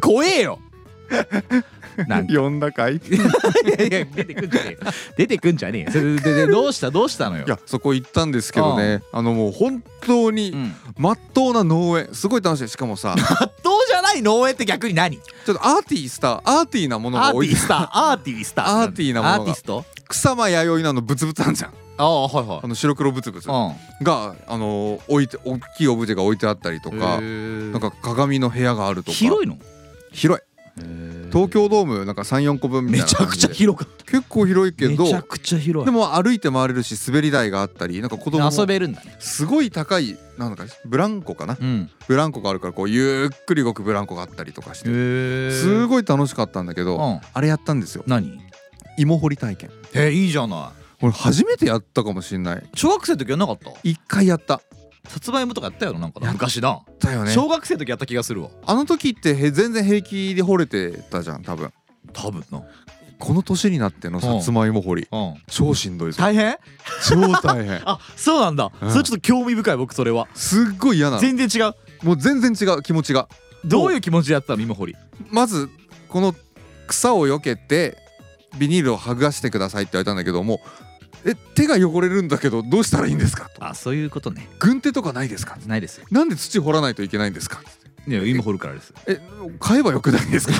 [SPEAKER 2] 怖えよなんか
[SPEAKER 1] 呼んだかいい
[SPEAKER 2] いやいや出てくんじゃねえよ出てくんじゃねえよそれででどうしたどうしたのよ
[SPEAKER 1] やそこ行ったんですけどねあのもう本当に
[SPEAKER 2] うん
[SPEAKER 1] まっとうな農園すごい楽しいしかも さ
[SPEAKER 2] どうじゃない農園って逆に何
[SPEAKER 1] ちょっとアーティースターアーティーなものが
[SPEAKER 2] アー
[SPEAKER 1] 多
[SPEAKER 2] テ
[SPEAKER 1] い
[SPEAKER 2] ィスタアーティスタ
[SPEAKER 1] アーティーなものが
[SPEAKER 2] アーティスト
[SPEAKER 1] 草間弥生のあのブツブツあんじゃん
[SPEAKER 2] ああはいはい
[SPEAKER 1] あの白黒ブツブツ
[SPEAKER 2] うん
[SPEAKER 1] があの置いて大きいオブジェが置いてあったりとかなんか鏡の部屋があるとか
[SPEAKER 2] 広いの
[SPEAKER 1] 広い東京ドームなんか34個分みたい
[SPEAKER 2] め
[SPEAKER 1] な
[SPEAKER 2] ちゃ
[SPEAKER 1] 感
[SPEAKER 2] く
[SPEAKER 1] じ
[SPEAKER 2] ち
[SPEAKER 1] で
[SPEAKER 2] ゃ広かっ
[SPEAKER 1] 結構広い
[SPEAKER 2] た
[SPEAKER 1] け
[SPEAKER 2] め
[SPEAKER 1] ど
[SPEAKER 2] ちゃくちゃ広
[SPEAKER 1] で
[SPEAKER 2] い
[SPEAKER 1] も歩いて回れるし滑り台があったりなんか子供も
[SPEAKER 2] 遊べるんだね
[SPEAKER 1] すごい高いなんだかブランコかな
[SPEAKER 2] うん
[SPEAKER 1] ブランコがあるからこうゆっくり動くブランコがあったりとかして
[SPEAKER 2] へ
[SPEAKER 1] すごい楽しかったんだけど、
[SPEAKER 2] うん
[SPEAKER 1] あれやったんですよ
[SPEAKER 2] 何
[SPEAKER 1] 芋掘り体験
[SPEAKER 2] えいいじゃな
[SPEAKER 1] 俺初めてやったかもしんない
[SPEAKER 2] い小学生の時はなかった
[SPEAKER 1] 一回やった
[SPEAKER 2] さつまいもとかやったよななんかな昔な
[SPEAKER 1] だよね
[SPEAKER 2] 小学生の時やった気がするわ
[SPEAKER 1] あの時ってへ全然平気で掘れてたじゃん多分
[SPEAKER 2] 多分な
[SPEAKER 1] この年になってのさつまいも掘り、
[SPEAKER 2] うん
[SPEAKER 1] 超しんどい ぞ
[SPEAKER 2] 大変
[SPEAKER 1] 超大 変
[SPEAKER 2] あそうなんだ
[SPEAKER 1] うん
[SPEAKER 2] それちょっと興味深い僕それは
[SPEAKER 1] すっごい嫌なの
[SPEAKER 2] 全然違う
[SPEAKER 1] もう全然違う気持ちが
[SPEAKER 2] どういう気持ちでやったの今堀
[SPEAKER 1] まずこの草をよけてビニールを剥がしてくださいって言われたんだけどもえ手が汚れるんだけどどうしたらいいんですかと
[SPEAKER 2] あそういうことね
[SPEAKER 1] 軍手とかないですか
[SPEAKER 2] ないですよ
[SPEAKER 1] なんで土掘らないといけないんですか
[SPEAKER 2] いや今掘るからです
[SPEAKER 1] え買えばよくないですか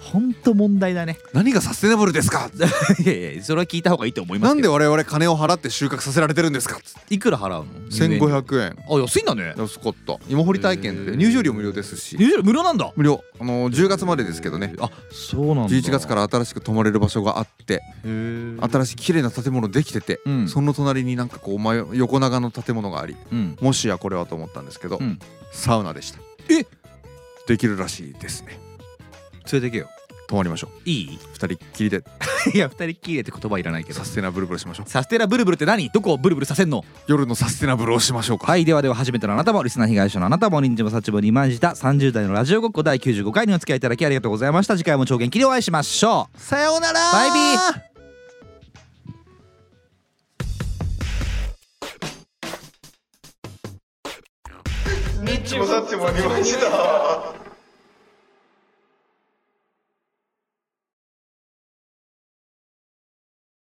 [SPEAKER 2] ほんと問題だね
[SPEAKER 1] 何がサステナブルですか
[SPEAKER 2] いやいやそれは聞いた方がいいと思いま
[SPEAKER 1] な
[SPEAKER 2] す
[SPEAKER 1] ん
[SPEAKER 2] け
[SPEAKER 1] で
[SPEAKER 2] ど
[SPEAKER 1] 我々金を払って収穫させられてるんですか
[SPEAKER 2] いくら払うの
[SPEAKER 1] 1500円
[SPEAKER 2] あ安いんだね
[SPEAKER 1] 安かった芋掘り体験って入場料無料ですし
[SPEAKER 2] 入場料無料なんだ
[SPEAKER 1] 無料あの10月までですけどね
[SPEAKER 2] あそうなんだ
[SPEAKER 1] 11月からら新しく泊まれる場所があって
[SPEAKER 2] へあ
[SPEAKER 1] 新しい綺麗な建物できてて、
[SPEAKER 2] うん
[SPEAKER 1] その隣になんかこう真横横長の建物があり
[SPEAKER 2] うん
[SPEAKER 1] もしやこれはと思ったんですけど、
[SPEAKER 2] うん
[SPEAKER 1] サウナでした
[SPEAKER 2] え
[SPEAKER 1] できるらしいですね
[SPEAKER 2] 連れてけよ
[SPEAKER 1] 泊まりましょ
[SPEAKER 2] いい
[SPEAKER 1] う二人っきりで
[SPEAKER 2] いや二人っきりでって言葉いらないけど
[SPEAKER 1] サステナブルブルしましょう
[SPEAKER 2] サステナブルブルって何どこをブルブルさせんの
[SPEAKER 1] 夜のサステナブルをしましょうか
[SPEAKER 2] はいではでは初めてのあなたもリスナー被害者のあなたも人事も幸もにまじた30代のラジオごっこ第95回にお付き合いいただきありがとうございました次回も超元気でお会いしましょうさようならバイビー
[SPEAKER 8] ニッチもサッチも2枚した